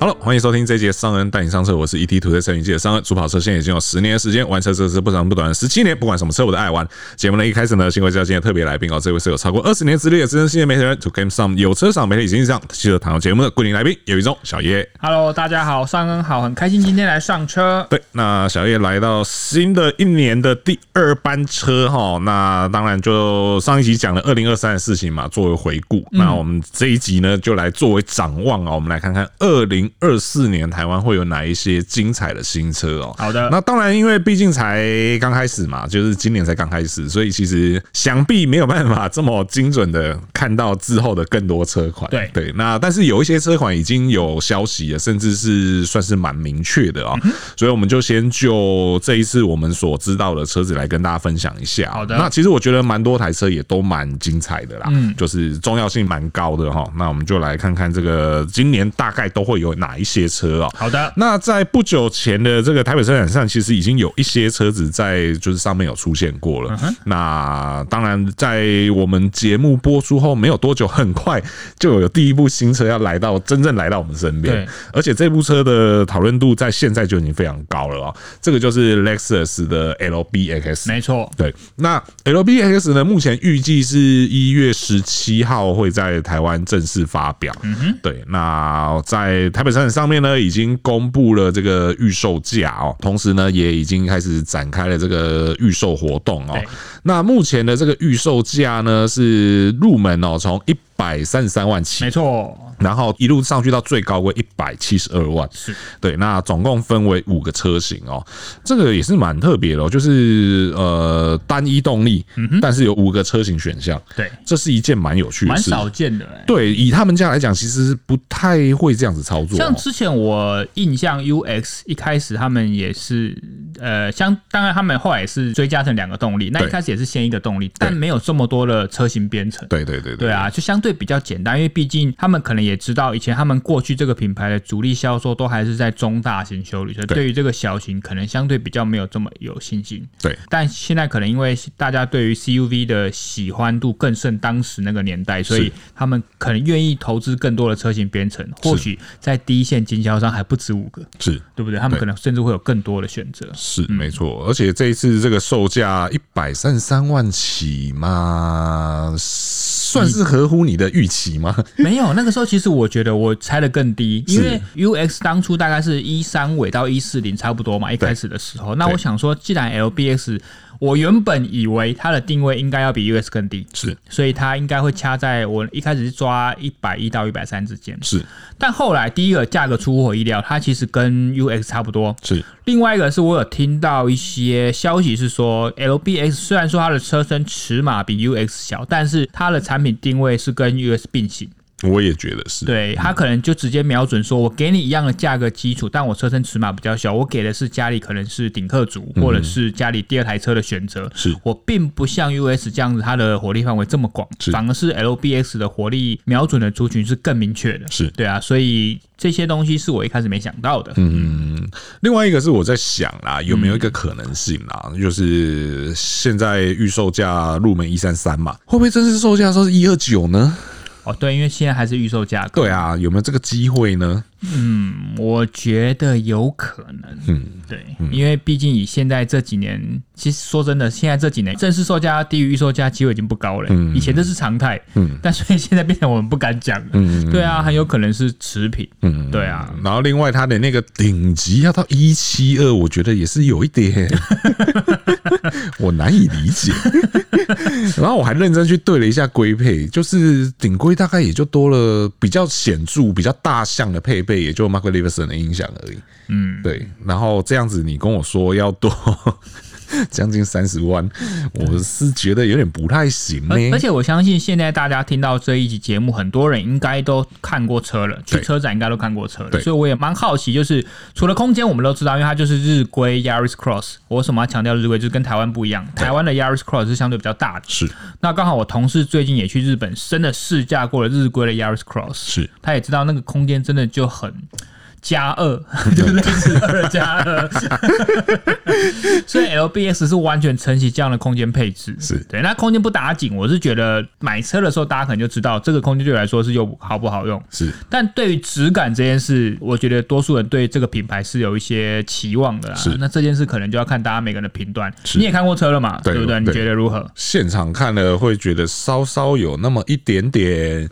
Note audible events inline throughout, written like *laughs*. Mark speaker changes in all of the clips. Speaker 1: 好了，欢迎收听这一节商人带你上车，我是 E ET 土车车云记的商人，主跑车现在已经有十年的时间，玩车这是不长不短十七年，不管什么车我都爱玩。节目呢一开始呢，先为介绍今天的特别来宾哦，这位是有超过二十年资历的资深新闻媒体人，To Game 上有车赏媒体形象，记得谈到节目的固定来宾有一种小叶。
Speaker 2: Hello，大家好，上恩好，很开心今天来上车。
Speaker 1: 对，那小叶来到新的一年的第二班车哈，那当然就上一集讲了二零二三的事情嘛，作为回顾。
Speaker 2: 嗯
Speaker 1: 那我们这一集呢，就来作为展望啊，我们来看看二零二四年台湾会有哪一些精彩的新车哦。
Speaker 2: 好的
Speaker 1: 那当然，因为毕竟才刚开始嘛，就是今年才刚开始，所以其实想必没有办法这么精准的看到之后的更多车款。
Speaker 2: 对
Speaker 1: 对，那但是有一些车款已经有消息了，甚至是算是蛮明确的
Speaker 2: 嗯
Speaker 1: 啊、所以我们就先就这一次我们所知道的车子来跟大家分享一下。啊
Speaker 2: 好的
Speaker 1: 那其实我觉得蛮多台车也都蛮精彩的啦，
Speaker 2: 嗯
Speaker 1: 就是重要性蛮高的哈。那我们就来看看这个今年大概都会有哪一些车啊、
Speaker 2: 好的，
Speaker 1: 那在不久前的这个台北车展上，其实已经有一些车子在就是上面有出现过了。那当然，在我们节目播出后没有多久，很快就有第一部新车要来到真正来到我们身边
Speaker 2: 对，
Speaker 1: 而且这部车的讨论度在现在就已经非常高了哦。这个就是 Lexus 的 LBX。
Speaker 2: 没错，
Speaker 1: 对，那 LBX 呢？目前预计是一月十七号会在台湾正式发表。嗯哼，对，那在台北车展上面呢，已经公布了这个预售价哦，同时呢，也已经开始展开了这个预售活动哦
Speaker 2: 对。
Speaker 1: 那目前的这个预售价呢，是入门哦，从一百三十三万起
Speaker 2: 没错，
Speaker 1: 然后一路上去到最高为一百七十二万，
Speaker 2: 是
Speaker 1: 对。那总共分为五个车型哦，这个也是蛮特别的、哦，就是呃单一动力，
Speaker 2: 嗯
Speaker 1: 但是有五个车型选项，
Speaker 2: 对，
Speaker 1: 这是一件蛮有趣的
Speaker 2: 蛮
Speaker 1: 事。
Speaker 2: 少见的、欸。
Speaker 1: 对，以他们家来讲，其实不太会这样子操作、
Speaker 2: 像
Speaker 1: 哦。
Speaker 2: 之前我印象 UX 一开始他们也是，呃，像当然他们后来也是追加成两个动力，那
Speaker 1: 对
Speaker 2: 一开始也是先一个动力，但没有这么多的车型编程。
Speaker 1: 对对对
Speaker 2: 对啊，就相对比较简单，因为毕竟他们可能也知道，以前他们过去这个品牌的主力销售都还是在中大型修理车，
Speaker 1: 对
Speaker 2: 对于这个小型可能相对比较没有这么有信心。
Speaker 1: 对
Speaker 2: 但现在可能因为大家对于 CUV 的喜欢度更胜当时那个年代，所以他们可能愿意投资更多的车型编程，或许在第一线经销商还不止五个，
Speaker 1: 是。
Speaker 2: 对不对？他们
Speaker 1: 对
Speaker 2: 可能甚至会有更多的选择。
Speaker 1: 是没错，而且这一次这个售价一百三十三万起嘛，算是合乎你的预期吗？
Speaker 2: *laughs* 没有，那个时候其实我觉得我猜的更低，因为 UX 当初大概是一三尾到一四零差不多嘛，一开始的时候。那
Speaker 1: 对
Speaker 2: 我想说，既然 LBX，我原本以为它的定位应该要比 US 更低，
Speaker 1: 是
Speaker 2: 所以它应该会掐在我一开始是抓一百一到一百三之间。
Speaker 1: 是
Speaker 2: 但后来第一个价格出乎我意料，它其实跟 UX 差不多。
Speaker 1: 是，
Speaker 2: 另外一个是我有听到一些消息是说，LBX 虽然说它的车身尺码比 UX 小，但是它的产品定位是跟 US 并行。
Speaker 1: 我也觉得是。
Speaker 2: 对他可能就直接瞄准说，我给你一样的价格基础，但我车身尺码比较小，我给的是家里可能是顶客组或者是家里第二台车的选择。
Speaker 1: 是
Speaker 2: 我并不像 US 这样子，它的火力范围这么广
Speaker 1: 是，
Speaker 2: 反而是 LBX 的火力瞄准的族群是更明确的。
Speaker 1: 是
Speaker 2: 对啊，所以这些东西是我一开始没想到的。
Speaker 1: 嗯另外一个是我在想啦，有没有一个可能性啦，就是现在预售价入门一三三嘛，会不会真实售价的时候是一二九呢？
Speaker 2: 哦，对，因为现在还是预售价格。
Speaker 1: 对啊，有没有这个机会呢？
Speaker 2: 我觉得有可能，嗯，对，因为毕竟以现在这几年，其实说真的，现在这几年正式售价低于预售价机会已经不高了、以前这是常态，嗯，但所以现在变成我们不敢讲了，嗯，对啊，很有可能是持平，嗯，对啊，
Speaker 1: 然后另外它的那个顶级要到一七二，我觉得也是有一点， *laughs* 我难以理解。然后我还认真去对了一下规配，就是顶规大概也就多了比较显著、比较大项的配备，也就 Mark Levinson 的音响而已。嗯，对。然后这样子，你跟我说要多 *laughs* 将近三十万，我是觉得有点不太行呢、
Speaker 2: 而而且我相信现在大家听到这一集节目，很多人应该都看过车了，去
Speaker 1: 对
Speaker 2: 车展应该都看过车了
Speaker 1: 对，
Speaker 2: 所以我也蛮好奇，就是除了空间我们都知道，因为它就是日规 Yaris Cross，我为什么要强调日规？就是跟台湾不一样，台湾的 Yaris Cross 是相对比较大的，
Speaker 1: 是
Speaker 2: 那刚好我同事最近也去日本，真的试驾过了日规的 Yaris Cross，
Speaker 1: 是
Speaker 2: 他也知道那个空间真的就很加
Speaker 1: *laughs*
Speaker 2: 二，就是类似二加二，所以 LBS 是完全承袭这样的空间配置，
Speaker 1: 是
Speaker 2: 对。那空间不打紧，我是觉得买车的时候大家可能就知道这个空间对我来说是又好不好用，
Speaker 1: 是
Speaker 2: 但对于质感这件事，我觉得多数人对这个品牌是有一些期望的啦
Speaker 1: 是。
Speaker 2: 那这件事可能就要看大家每个人的评断。
Speaker 1: 是
Speaker 2: 你也看过车了嘛？
Speaker 1: 对
Speaker 2: 对不对？你
Speaker 1: 对
Speaker 2: 觉得如何？
Speaker 1: 现场看了会觉得稍稍有那么一点点。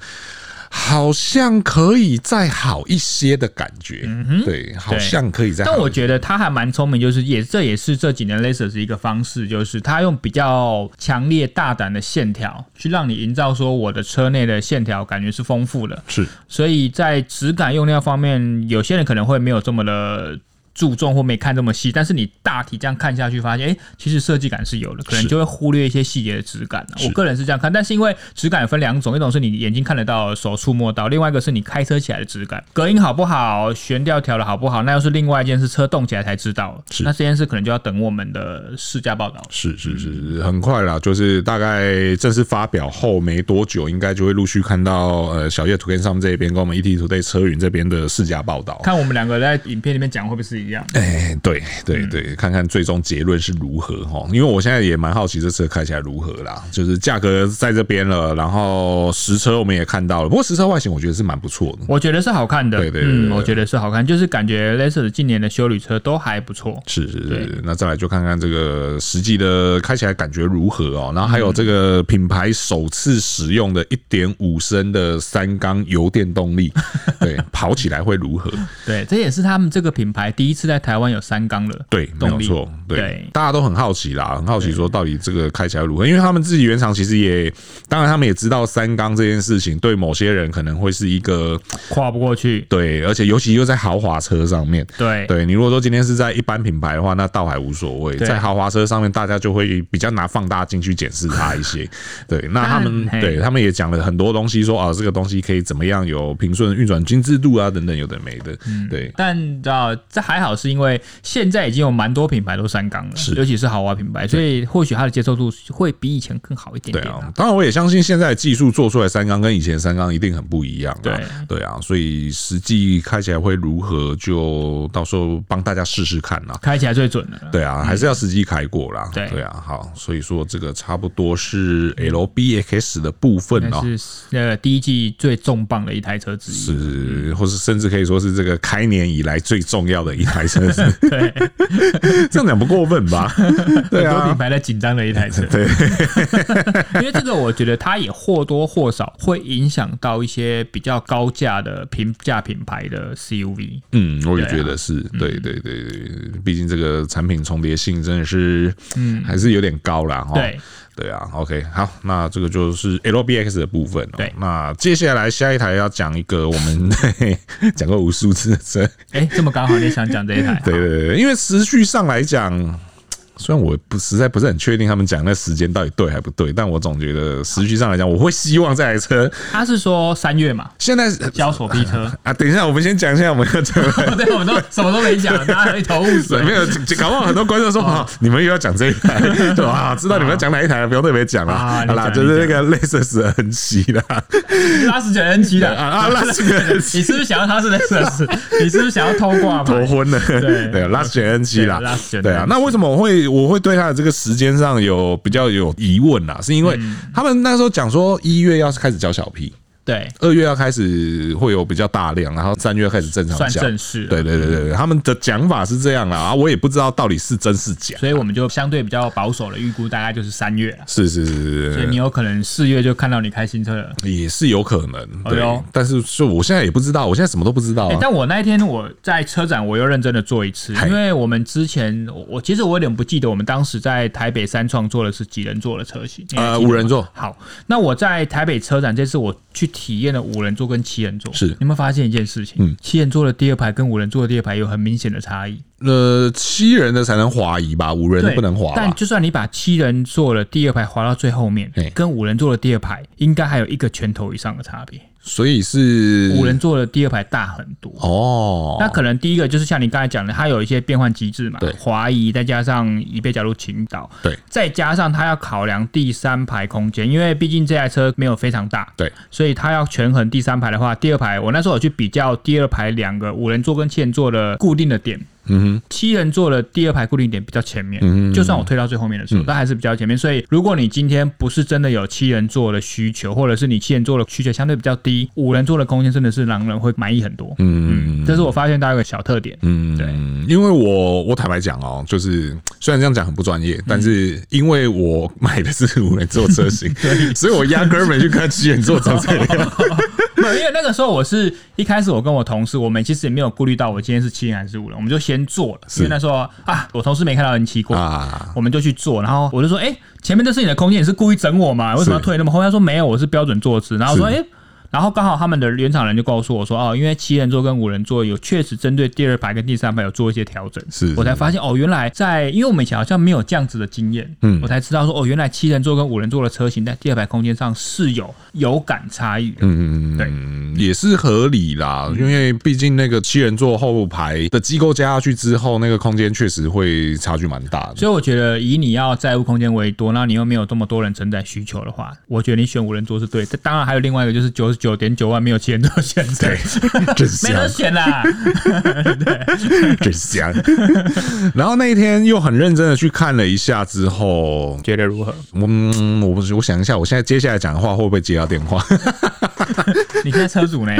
Speaker 1: 好像可以再好一些的感觉，对，好像可以再好一
Speaker 2: 嗯但
Speaker 1: 些。
Speaker 2: 我觉得他还蛮聪明，就是也这也是这几年 Laser 是一个方式，就是他用比较强烈大胆的线条去让你营造说我的车内的线条感觉是丰富的，
Speaker 1: 是
Speaker 2: 所以在质感用料方面，有些人可能会没有这么的。注重或没看这么细，但是你大体这样看下去，发现哎、诶其实设计感是有的，可能
Speaker 1: 是
Speaker 2: 就会忽略一些细节的质感啊、
Speaker 1: 是
Speaker 2: 我个人是这样看，但是因为质感有分两种，一种是你眼睛看得到、手触摸到，另外一个是你开车起来的质感，隔音好不好，悬吊调的好不好，那又是另外一件事，车动起来才知道了。
Speaker 1: 是
Speaker 2: 那这件事可能就要等我们的试驾报道。
Speaker 1: 是是是是，很快啦，就是大概正式发表后没多久，应该就会陆续看到呃小叶图片上这边跟我们 ET Today 车云这边的试驾报道。
Speaker 2: 看我们两个在影片里面讲会不会是一样？
Speaker 1: 哎，对对对，看看最终结论是如何哈，因为我现在也蛮好奇这车开起来如何啦，就是价格在这边了，然后实车我们也看到了，不过实车外形我觉得是蛮不错的，
Speaker 2: 我觉得是好看的，
Speaker 1: 对对对对
Speaker 2: 嗯，我觉得是好看，就是感觉 Laser 今年的修旅车都还不错，
Speaker 1: 是是是，那再来就看看这个实际的开起来感觉如何哦。然后还有这个品牌首次使用的1.5升的三缸油电动 *laughs* 力，对，跑起来会如何？
Speaker 2: 对，这也是他们这个品牌第一次在台湾有三缸了，
Speaker 1: 对，没
Speaker 2: 动
Speaker 1: 有
Speaker 2: 力
Speaker 1: 错，对
Speaker 2: 对，
Speaker 1: 大家都很好奇啦，很好奇说到底这个开起来如何？因为他们自己原厂其实也，当然他们也知道三缸这件事情对某些人可能会是一个
Speaker 2: 跨不过去，
Speaker 1: 对，而且尤其又在豪华车上面，
Speaker 2: 对，
Speaker 1: 对你如果说今天是在一般品牌的话，那倒还无所谓。
Speaker 2: 对
Speaker 1: 在豪华车上面，大家就会比较拿放大镜去检视它一
Speaker 2: *laughs*
Speaker 1: 些。对，那他们
Speaker 2: 但嘿
Speaker 1: 对他们也讲了很多东西说啊，这个东西可以怎么样有平顺运转精致度啊，等等，有的没的。
Speaker 2: 嗯
Speaker 1: 对，
Speaker 2: 但你知道这还好，是因为现在已经有蛮多品牌都三缸了，
Speaker 1: 是
Speaker 2: 尤其是豪华品牌，所以或许它的接受度会比以前更好一点
Speaker 1: 对
Speaker 2: 点、
Speaker 1: 啊，当然我也相信现在的技术做出来三缸跟以前三缸一定很不一样、啊。
Speaker 2: 对
Speaker 1: 对啊，所以实际开起来会如何，就到时候帮大家试试看啦、
Speaker 2: 开起来最准了。
Speaker 1: 对啊，还是要实际开过啦。
Speaker 2: 嗯对
Speaker 1: 对啊，好，所以说这个差不多是 LBX 的部分哦、
Speaker 2: 那是呃第一季最重磅的一台车之一，
Speaker 1: 是，或是甚至可以说是这个开年以来最重要的一台车子，
Speaker 2: *laughs* 对，
Speaker 1: *laughs* 这样讲不过分
Speaker 2: *laughs*
Speaker 1: 吧？对
Speaker 2: 很多品
Speaker 1: 啊，
Speaker 2: 牌在紧张的一台车。 *laughs* 对，因为这个我觉得它也或多或少会影响到一些比较高价的平价品牌的 CUV。
Speaker 1: 嗯，我也觉得是，对对对对，毕竟这个产品重叠性真的是，嗯，还是有点高啦。哈。
Speaker 2: 对，
Speaker 1: 对啊，OK，好，那这个就是 LBX 的部分、哦。
Speaker 2: 对
Speaker 1: 那接下来下一台要讲一个我们 *laughs* 嘿嘿讲过无数次的车，
Speaker 2: 哎、这么刚好你想讲这一 *laughs* 台，
Speaker 1: 对对对，因为时序上来讲。虽然我不实在不是很确定他们讲那时间到底对还不对，但我总觉得时序上来讲，我会希望这台车
Speaker 2: 他是说三月嘛，
Speaker 1: 现在。
Speaker 2: 交锁逼车
Speaker 1: 啊，等一下，我们先讲一下我们要讲的。
Speaker 2: *laughs* 对，我们都什么都没讲，大家一头雾水。
Speaker 1: 没有，搞不好很多观
Speaker 2: 哦
Speaker 1: 众说啊，你们又要讲这一台，对
Speaker 2: *laughs*
Speaker 1: 吧？啊知道你们要讲哪一台了，不用特别讲了。
Speaker 2: 啊
Speaker 1: 好啦，
Speaker 2: 你讲
Speaker 1: 就是那个类似死的很奇
Speaker 2: *laughs*
Speaker 1: 啦，
Speaker 2: 拉斯九 N *laughs* 七的
Speaker 1: 啊啊，拉斯的很
Speaker 2: 你
Speaker 1: 奇
Speaker 2: 是不是想要他是雷瑟 *laughs* 斯？你是不是想要偷挂
Speaker 1: 头
Speaker 2: 牌？
Speaker 1: 昏了，
Speaker 2: 对
Speaker 1: 对，拉斯卷 N 七啦
Speaker 2: 对拉斯卷，
Speaker 1: 对啊。那为什么我会我会对它的这个时间上有比较有疑问啦？是因为
Speaker 2: 嗯
Speaker 1: 他们那时候讲说一月要开始交小批，
Speaker 2: 对，
Speaker 1: 二月要开始会有比较大量，然后三月开始正常
Speaker 2: 算
Speaker 1: 交。
Speaker 2: 正式。
Speaker 1: 对，对对对对，他们的讲法是这样啦，啊，我也不知道到底是真是假。
Speaker 2: 所以我们就相对比较保守的预估，大概就是三月了。
Speaker 1: 是是是是
Speaker 2: 所以
Speaker 1: 是
Speaker 2: 你有可能四月就看到你开新车了。
Speaker 1: 也是有可能，
Speaker 2: 哎
Speaker 1: 对。
Speaker 2: 呦
Speaker 1: 但是就我现在也不知道，我现在什么都不知道
Speaker 2: 欸
Speaker 1: 啊。
Speaker 2: 但我那一天我在车展，我又认真的做一次，
Speaker 1: 嗨
Speaker 2: 因为我们之前我我其实我有点不记得，我们当时在台北三创做的是几人座的车型，你还
Speaker 1: 呃，
Speaker 2: 记得
Speaker 1: 五人座
Speaker 2: 好，那我在台北车展这次我去体验了五人座跟七人座，
Speaker 1: 是
Speaker 2: 你有没有发现一件事情？
Speaker 1: 嗯
Speaker 2: 七人座的第二排跟五人座的第二排有很明显的差异，
Speaker 1: 呃，七人的才能滑移吧，五人的不能滑
Speaker 2: 但
Speaker 1: 吧？
Speaker 2: 就算你把七人座的第二排滑到最后面
Speaker 1: 嘿，
Speaker 2: 跟五人座的第二排应该还有一个拳头以上的差别。
Speaker 1: 所以是
Speaker 2: 五人座的第二排大很多。
Speaker 1: 哦，
Speaker 2: 那可能第一个就是像你刚才讲的，它有一些变换机制嘛，
Speaker 1: 对
Speaker 2: 华谊再加上以贝加入青岛，
Speaker 1: 对，
Speaker 2: 再加上它要考量第三排空间，因为毕竟这台车没有非常大，
Speaker 1: 对，
Speaker 2: 所以它要权衡第三排的话，第二排我那时候有去比较第二排两个五人座跟七人座的固定的点，
Speaker 1: 嗯
Speaker 2: 七人座的第二排固定点比较前面，
Speaker 1: 嗯
Speaker 2: 就算我推到最后面的时候，但还是比较前面。所以如果你今天不是真的有七人座的需求，或者是你七人座的需求相对比较低，五人座的空间真的是让人会满意很多。
Speaker 1: 哼，嗯
Speaker 2: 这是我发现到一个小特点。
Speaker 1: 嗯，
Speaker 2: 对，
Speaker 1: 因为我我坦白讲哦，就是虽然这样讲很不专
Speaker 2: 嗯
Speaker 1: 业，但是因为我买的是五人座车
Speaker 2: *laughs*
Speaker 1: 型，所以我压根儿没去看七人座长怎样。
Speaker 2: 没有，因为那个时候我是一开始我跟我同事，我们其实也没有顾虑到我今天是七人还是五人，我们就先做了。因为那时候啊，我同事没看到人骑过，
Speaker 1: 啊，
Speaker 2: 我们就去做，然后我就说，哎、前面这是你的空间，你是故意整我吗？为什么要退那么后？他说没有，我是标准坐姿。然后我说，哎、
Speaker 1: 是
Speaker 2: 然后刚好他们的原厂人就告诉我说，哦，因为七人座跟五人座有确实针对第二排跟第三排有做一些调整，
Speaker 1: 是
Speaker 2: 我才发现哦，原来在因为我们以前好像没有这样子的经验，
Speaker 1: 嗯
Speaker 2: 我才知道说哦，原来七人座跟五人座的车型在第二排空间上是有有感差异的，
Speaker 1: 嗯，
Speaker 2: 对
Speaker 1: 也是合理啦，因为毕竟那个七人座后排的机构加下去之后，那个空间确实会差距蛮大的。
Speaker 2: 所以我觉得，以你要载物空间为多，那你又没有这么多人承载需求的话，我觉得你选五人座是对。但当然还有另外一个，就是九十九点九万没有七人座选择，
Speaker 1: *laughs* 真
Speaker 2: *laughs* 没
Speaker 1: 香
Speaker 2: 得，选啦。
Speaker 1: 真香。然后那一天又很认真的去看了一下之后，
Speaker 2: 觉得如何？
Speaker 1: 我嗯我不是我想一下，我现在接下来讲的话会不会接到电 *laughs* 话？
Speaker 2: 你现在车主呢？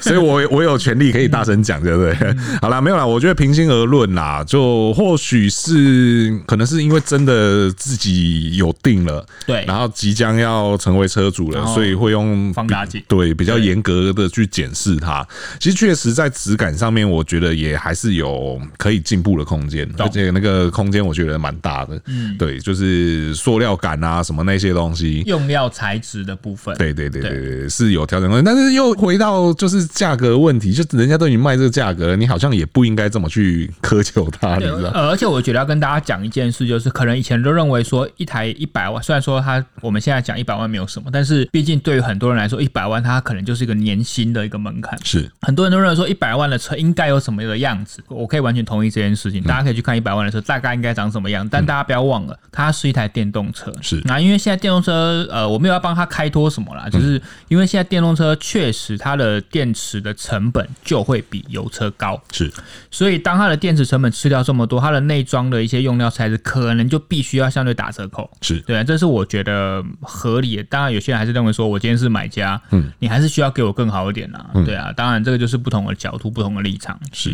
Speaker 1: 所以我我有权利可以大声讲，对不对？好啦，没有啦，我觉得平心而论啦，就或许是可能是因为真的自己有定了，
Speaker 2: 对
Speaker 1: 然后即将要成为车主了，
Speaker 2: 然后
Speaker 1: 所以会用
Speaker 2: 放大镜
Speaker 1: 比对比较严格的去检视它。其实确实在质感上面，我觉得也还是有可以进步的空间，
Speaker 2: 懂
Speaker 1: 而且那个空间我觉得蛮大的，
Speaker 2: 嗯，
Speaker 1: 对，就是塑料感啊什么那些东西，
Speaker 2: 用料材质的部分，
Speaker 1: 对对对对
Speaker 2: 对
Speaker 1: 对，是有调整空间，但是又回到就是价格问题，就是人家对你卖这个价格，你好像也不应该这么去苛求它，你
Speaker 2: 对，
Speaker 1: 知道？
Speaker 2: 呃而且我觉得要跟大家讲一件事，就是可能以前都认为说一台一百万，虽然说它我们现在讲一百万没有什么，但是毕竟对于很多人来说，一百万它可能就是一个年薪的一个门槛。
Speaker 1: 是，
Speaker 2: 很多人都认为说一百万的车应该有什么的样子，我可以完全同意这件事情。大家可以去看一百万的车大概应该长什么样，但大家不要忘了，它是一台电动车。
Speaker 1: 是
Speaker 2: 那因为现在电动车，呃，我没有要帮它开脱什么啦，就是因为现在电动车确实它的电池的成本就会比油车高，
Speaker 1: 是，
Speaker 2: 所以当它的电池成本吃掉这么多，它的内装的一些用料材质可能就必须要相对打折扣。
Speaker 1: 是
Speaker 2: 对啊，这是我觉得合理的。当然，有些人还是认为说，我今天是买家，
Speaker 1: 嗯，
Speaker 2: 你还是需要给我更好一点啦、对啊，当然这个就是不同的角度、不同的立场。
Speaker 1: 是。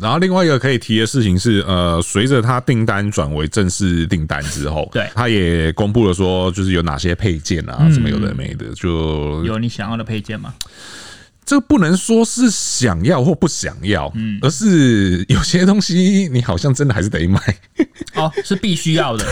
Speaker 1: 然后另外一个可以提的事情是，呃，随着它订单转为正式订单之后，
Speaker 2: 对嗯
Speaker 1: 它也公布了说，就是有哪些配件啊，什么有的没的，就
Speaker 2: 有你想要的配件
Speaker 1: *laughs*
Speaker 2: 吗？
Speaker 1: 这不能说是想要或不想要，
Speaker 2: 嗯
Speaker 1: 而是有些东西你好像真的还是得买。 *laughs*
Speaker 2: 哦，是必须要的。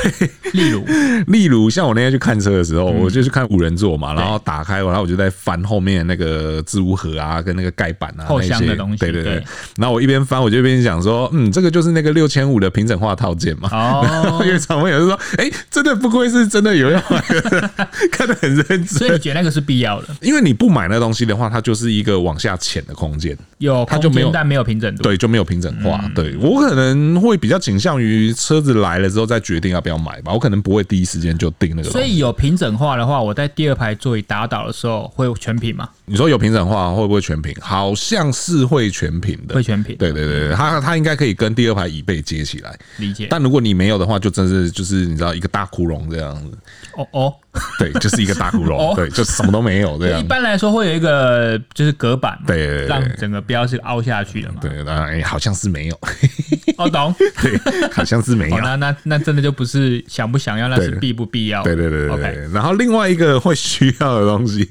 Speaker 2: 例如，
Speaker 1: 例如像我那天去看车的时候，
Speaker 2: 嗯
Speaker 1: 我就去看五人座嘛，然后打开，然后我就在翻后面那个置物盒啊，跟那个盖板啊
Speaker 2: 后箱的
Speaker 1: 那些
Speaker 2: 东西
Speaker 1: 对对对
Speaker 2: 对。
Speaker 1: 然后我一边翻，我就一边想说，嗯，这个就是那个六千五的平整化套件嘛。，
Speaker 2: 哦
Speaker 1: 因为常朋友就说：“哎、真的不愧是真的 *laughs* 有要买的，看得很认
Speaker 2: 所以你
Speaker 1: 真。
Speaker 2: 觉得那个是必要的？
Speaker 1: 因为你不买那东西的话，它就是一个往下潜的空间。
Speaker 2: 有
Speaker 1: 它
Speaker 2: 空
Speaker 1: 就没有
Speaker 2: 间但没有平整度。，
Speaker 1: 对，就嗯没有平整化。对我可能会比较倾向于车子来了之后再决定要不要买吧，我可能不会第一时间就定那个东西。
Speaker 2: 所以有平整化的话，我在第二排座椅打倒的时候会全屏吗？
Speaker 1: 你说有平整化会不会全屏？好像是会全屏的
Speaker 2: 会。全屏，
Speaker 1: 对对对对，它它应该可以跟第二排椅背接起来，
Speaker 2: 理解。
Speaker 1: 但如果你没有的话，就真是就是你知道一个大窟窿这样子，
Speaker 2: 哦哦，
Speaker 1: 对，就是一个大窟窿，
Speaker 2: *laughs* 哦
Speaker 1: 对，就什么都没有这
Speaker 2: 一
Speaker 1: 样。
Speaker 2: 般来说会有一个就是隔板，
Speaker 1: 对对对
Speaker 2: 让整个标是凹下去的嘛。
Speaker 1: 对，当然、哎好像是没有，
Speaker 2: 哦，懂。
Speaker 1: 对，好像是没有
Speaker 2: 哦，。那那那真的就不是想不想要，那
Speaker 1: 哎对
Speaker 2: 是必不必要。
Speaker 1: 对对对对
Speaker 2: OK，
Speaker 1: 对。然后另外一个会需要的东西，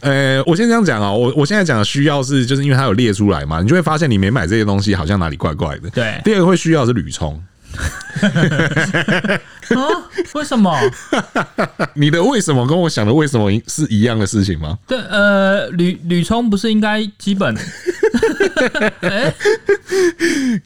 Speaker 1: 呃，我先这样讲哦，我我现在讲的需要是，就是因为它有列出来嘛，你就会发现你没买这些东西，好像哪里怪怪的。
Speaker 2: 对 *laughs*
Speaker 1: 第二个会需要的是铝充， *laughs*
Speaker 2: 啊？为什 *laughs* 么？
Speaker 1: 你的为什么跟我想的为什么是一样的事情吗？
Speaker 2: 对，呃，铝铝充不是应该基本？哎、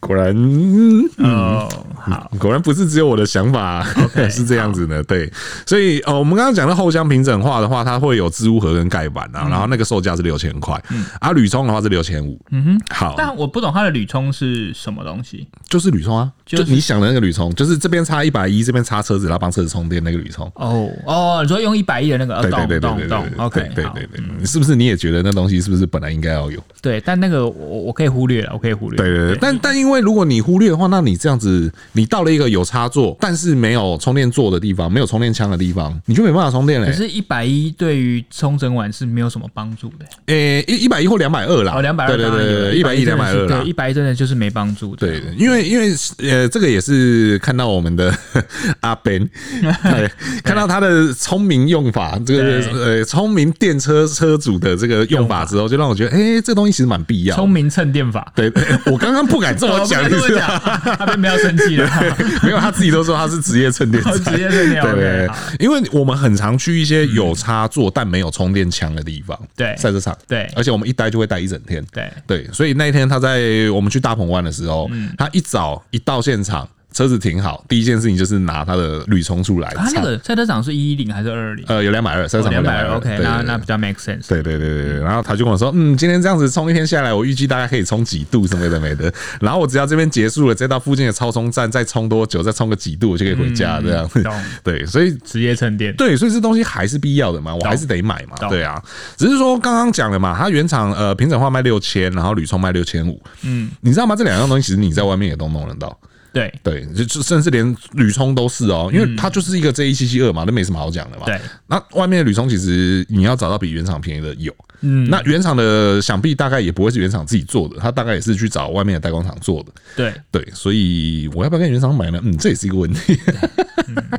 Speaker 1: 果然，嗯
Speaker 2: 哦，好，
Speaker 1: 果然不是只有我的想法啊 *laughs*
Speaker 2: OK，
Speaker 1: 是这样子的。对，所以呃，我们刚刚讲到后箱平整化的话，它会有织物盒跟盖板啊，然后那个售价是六千块，啊，铝冲的话是六千五。嗯哼，好，
Speaker 2: 但我不懂它的铝充是什么东西。
Speaker 1: 就是铝冲啊，
Speaker 2: 就
Speaker 1: 就是你想的那个铝冲，就是这边插一百一，这边插车子，然后帮车子充电那个铝冲。
Speaker 2: 哦哦，你说用一百亿的那个，
Speaker 1: 对
Speaker 2: 呃
Speaker 1: 对
Speaker 2: 懂
Speaker 1: 对对对
Speaker 2: 懂懂
Speaker 1: 对
Speaker 2: ，OK，
Speaker 1: 对
Speaker 2: 好
Speaker 1: 对对对，是不是你也觉得那东西是不是本来应该要有？
Speaker 2: 对，但那个我我可以忽略了，我可以忽略。
Speaker 1: 对对对，但但因为如果你忽略的话，那你这样子，你到了一个有插座，但是没有充电座的地方，没有充电枪的地方，你就没办法充电嘞、
Speaker 2: 可是，一百一对于冲整晚是没有什么帮助的。
Speaker 1: 诶、一一百一或两百二啦，
Speaker 2: 哦，两百二，
Speaker 1: 啊对对对对，一百一两百二啦
Speaker 2: 对，一。百一真的就是没帮助的。
Speaker 1: 对，因为因为呃，这个也是看到我们的 *laughs* 阿
Speaker 2: *laughs*
Speaker 1: Ben，对看到他的聪明用法，这个
Speaker 2: 对
Speaker 1: 呃聪明电车车主的这个用法之后，就让我觉得，哎、这东西其实蛮必要的。
Speaker 2: 聪明蹭电法。
Speaker 1: 对， *laughs* 我刚刚不敢这么
Speaker 2: *laughs*
Speaker 1: 讲，
Speaker 2: 我不敢这么讲，他们不要生气了。啊
Speaker 1: 没有，他自己都说他是职业蹭电仔，
Speaker 2: 哦职业蹭
Speaker 1: 对
Speaker 2: 电 OK，
Speaker 1: 对对
Speaker 2: 好，嗯
Speaker 1: 因为我们很常去一些有插座但没有充电枪的地方，
Speaker 2: 对
Speaker 1: 赛车场，
Speaker 2: 对
Speaker 1: 而且我们一待就会待一整天，
Speaker 2: *laughs* 对
Speaker 1: 对，所以那一天他在我们去大鹏湾的时候，
Speaker 2: 嗯
Speaker 1: 他一早一到现场，车子停好，第一件事情就是拿他的铝充出来
Speaker 2: 他啊那
Speaker 1: 插，
Speaker 2: 个赛车场是一一零还是二二零？
Speaker 1: 呃，有两百二，赛车场有
Speaker 2: 两百
Speaker 1: 220
Speaker 2: 二，OK，
Speaker 1: 对
Speaker 2: 那
Speaker 1: 对
Speaker 2: 那
Speaker 1: 对
Speaker 2: 比较 make sense。
Speaker 1: 对对对对对，然后他就跟我说，嗯，今天这样子冲一天下来，我预计大概可以冲几度什么的没的。然后我只要这边结束了，再到附近的超充站再冲多久，再冲个几度，我就可以回家这样。
Speaker 2: 嗯懂
Speaker 1: *laughs* 对，所以
Speaker 2: 职业蹭电，
Speaker 1: 对，所以这东西还是必要的嘛，我还是得买嘛。
Speaker 2: 懂
Speaker 1: 对啊，只是说刚刚讲了嘛，它原厂呃平整化卖六千，然后铝充卖六千五。嗯，你知道吗？这两样东西其实你在外面也都弄得到。
Speaker 2: 对
Speaker 1: 对，就就甚至连铝充都是哦，因为它就是一个 J 一七七二嘛，那没什么好讲的嘛。
Speaker 2: 嗯对，
Speaker 1: 那外面的铝充其实你要找到比原厂便宜的有，
Speaker 2: 嗯，
Speaker 1: 那原厂的想必大概也不会是原厂自己做的，它大概也是去找外面的代工厂做的。
Speaker 2: 对
Speaker 1: 对，所以我要不要跟原厂买呢？嗯，这也是一个问题。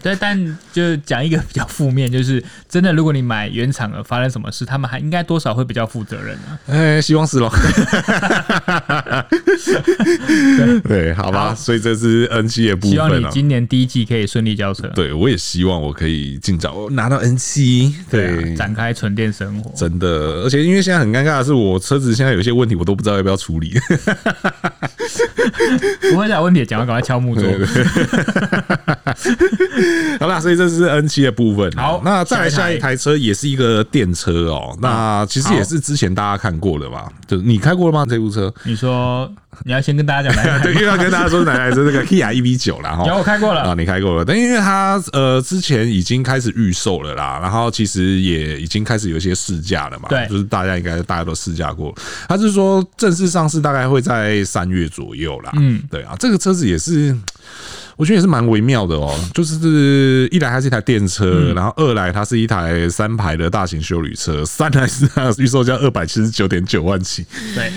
Speaker 2: 对，但就讲一个比较负面，就是真的，如果你买原厂的，发生什么事，他们还应该多少会比较负责任啊。
Speaker 1: 哎，希望是咯。 *laughs* 对，好吧，所以这是 N 七的部
Speaker 2: 希望
Speaker 1: 分
Speaker 2: 你
Speaker 1: 了、
Speaker 2: 今年第一季可以顺利交车，
Speaker 1: 对，我也希望我可以尽早拿到 N 七。
Speaker 2: 啊
Speaker 1: 对，
Speaker 2: 展开纯电生活。
Speaker 1: 真的，而且因为现在很尴尬的是，我车子现在有一些问题，我都不知道要不要处理。 *laughs*
Speaker 2: 不会再有问题，讲完赶快敲木桌。
Speaker 1: 好啦，所以这是 N 七的部分。啊
Speaker 2: 好
Speaker 1: 那再来
Speaker 2: 下
Speaker 1: 下
Speaker 2: 一台
Speaker 1: 一台车也是一个电车哦，那其实也是之前大家看过的嘛，就是你开过了吗？这部车？
Speaker 2: 你说你要先跟大家讲哪一台
Speaker 1: *laughs* 对，因为要跟大家说哪台车，这个 Kia EV 九啦，哈
Speaker 2: 有我开过了
Speaker 1: 啊，你开过了，但因为它呃之前已经开始预售了啦，然后其实也已经开始有一些试驾了嘛，
Speaker 2: 对
Speaker 1: 就是大家应该大家都试驾过，它是说正式上市大概会在三月左右啦，嗯，对啊，这个车子也是。我觉得也是蛮微妙的哦，就是一来它是一台电
Speaker 2: 嗯
Speaker 1: 车，然后二来它是一台三排的大型修旅车，三来是它的预售价二百七十九点九万起，
Speaker 2: 对，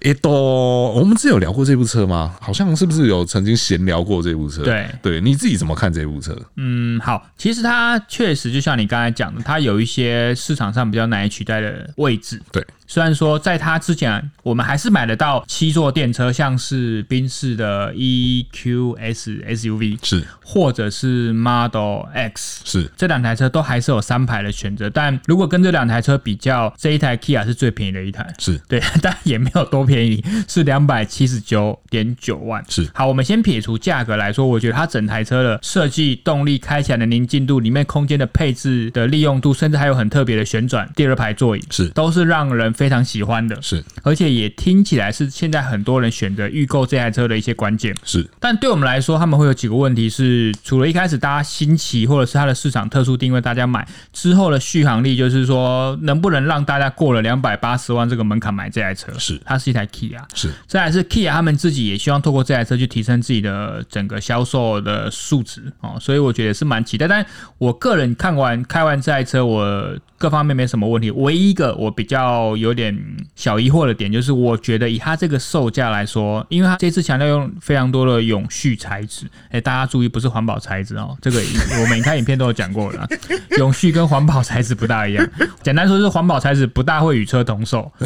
Speaker 1: 也都，欸我们之前有聊过这部车吗？好像是不是有曾经闲聊过这部车？
Speaker 2: 对
Speaker 1: 对，你自己怎么看这部车？
Speaker 2: 嗯，好，其实它确实就像你刚才讲的，它有一些市场上比较难以取代的位置。
Speaker 1: 对，
Speaker 2: 虽然说在它之前，我们还是买得到七座电车，像是宾士的 E EQS SUV，
Speaker 1: 是
Speaker 2: 或者是 Model X。
Speaker 1: 是，
Speaker 2: 这两台车都还是有三排的选择，但如果跟这两台车比较，这一台 Kia 是最便宜的一台，
Speaker 1: 是
Speaker 2: 对， *laughs* 但也没有多便宜，是两百七十九点九万。
Speaker 1: 是
Speaker 2: 好，我们先撇除价格来说，我觉得它整台车的设计、动力、开起来的宁静度、里面空间的配置的利用度，甚至还有很特别的旋转第二排座椅，
Speaker 1: 是
Speaker 2: 都是让人非常喜欢的。
Speaker 1: 是
Speaker 2: 而且也听起来是现在很多人选择预购这台车的一些关键。
Speaker 1: 是
Speaker 2: 但对我们来说，他们会有几个问题是，除了一开始大家新奇，或者是它的市场特殊定位，大家买之后的续航力，就是说能不能让大家过了两百八十万这个门槛买这台车？
Speaker 1: 是
Speaker 2: 它是一台 Kia。
Speaker 1: 是
Speaker 2: 再来是 Kia 他们自己也希望透过这台车去提升自己的整个销售的数值哦，所以我觉得是蛮期待。但我个人看完开完这台车，我各方面没什么问题。唯一一个我比较有点小疑惑的点，就是我觉得以它这个售价来说，因为它这次强调用非常多的永续材质，哎、大家注意不是环保材质哦，这个我们看影 *laughs* 片都有讲过了啦， *laughs* 永续跟环保材质不大一样。 *laughs* 简单说，就是环保材质不大会与车同售。 *laughs*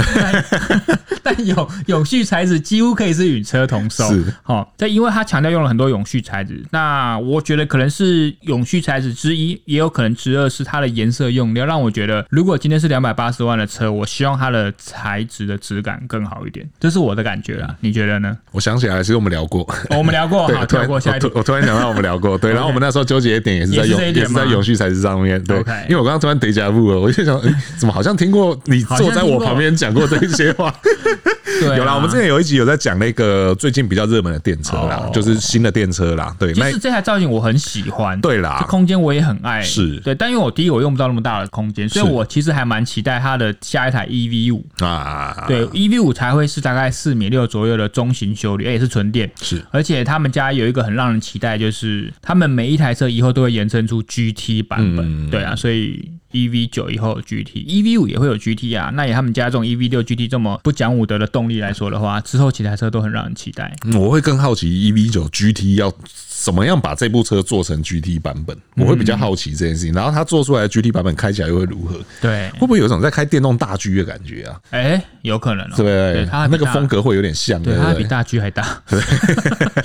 Speaker 2: 但永永续材质几乎可以是与车同售。
Speaker 1: 是，
Speaker 2: 好、哦，但因为它强调用了很多永续材质，那我觉得可能是永续材质之一，也有可能之二是它的颜色用料，让我觉得如果今天是两百八十万的车，我希望它它的材质的质感更好一点，这是我的感觉啊啦。你觉得呢？
Speaker 1: 我想起来，其实我们聊过，
Speaker 2: 哦我们聊过，
Speaker 1: 嗯对，
Speaker 2: 好，
Speaker 1: 突
Speaker 2: 跳
Speaker 1: 然
Speaker 2: 过下一题
Speaker 1: 我突。我突然想到我们聊过，
Speaker 2: *laughs*
Speaker 1: 对，然后我们那时候纠结的点也是在
Speaker 2: 也是
Speaker 1: 永
Speaker 2: 这一
Speaker 1: 也
Speaker 2: 点
Speaker 1: 是在
Speaker 2: 吗
Speaker 1: 永续材质上面，对
Speaker 2: OK，
Speaker 1: 因为我刚刚突然得加入了，我就想，诶怎么好像听过你
Speaker 2: 好像
Speaker 1: 坐在
Speaker 2: 听
Speaker 1: 我
Speaker 2: 过
Speaker 1: 旁边讲过这些话，
Speaker 2: *laughs* 对啊，
Speaker 1: 有啦，我们之前有一集有在讲那个最近比较热门的电车啦
Speaker 2: 哦，
Speaker 1: 就是新的电车啦，对，
Speaker 2: 就
Speaker 1: 那
Speaker 2: 是这台造型我很喜欢，
Speaker 1: 对啦
Speaker 2: 这空间我也很爱，
Speaker 1: 是
Speaker 2: 对，但因为我第一我用不到那么大的空间，所以
Speaker 1: 是
Speaker 2: 我其实还蛮期待它的下一台 EV 五，
Speaker 1: 啊，
Speaker 2: 对，EV 五才会是大概四米六左右的中型修理，而且是纯电。
Speaker 1: 是
Speaker 2: 而且他们家有一个很让人期待，就是他们每一台车以后都会延伸出 GT 版本，
Speaker 1: 嗯
Speaker 2: 对啊，所以 EV 九以后有 GT，EV 五也会有 GT 啊。那以他们家这种 EV 六 GT 这么不讲武德的动力来说的话，之后几台车都很让人期待。
Speaker 1: 嗯我会更好奇 EV 九 GT 要怎么样把这部车做成 GT 版本，我会比较好奇这件事情。然后它做出来的 GT 版本开起来又会如何？
Speaker 2: 对，
Speaker 1: 会不会有一种在开电动大 G 的感觉啊？
Speaker 2: 哎、有可能哦、
Speaker 1: 对不对？
Speaker 2: 对它还比
Speaker 1: 那个
Speaker 2: 大
Speaker 1: 风格会有点像，
Speaker 2: 对，
Speaker 1: 对
Speaker 2: 它
Speaker 1: 不
Speaker 2: 比
Speaker 1: 对？
Speaker 2: 大 G 还
Speaker 1: *laughs*
Speaker 2: 大，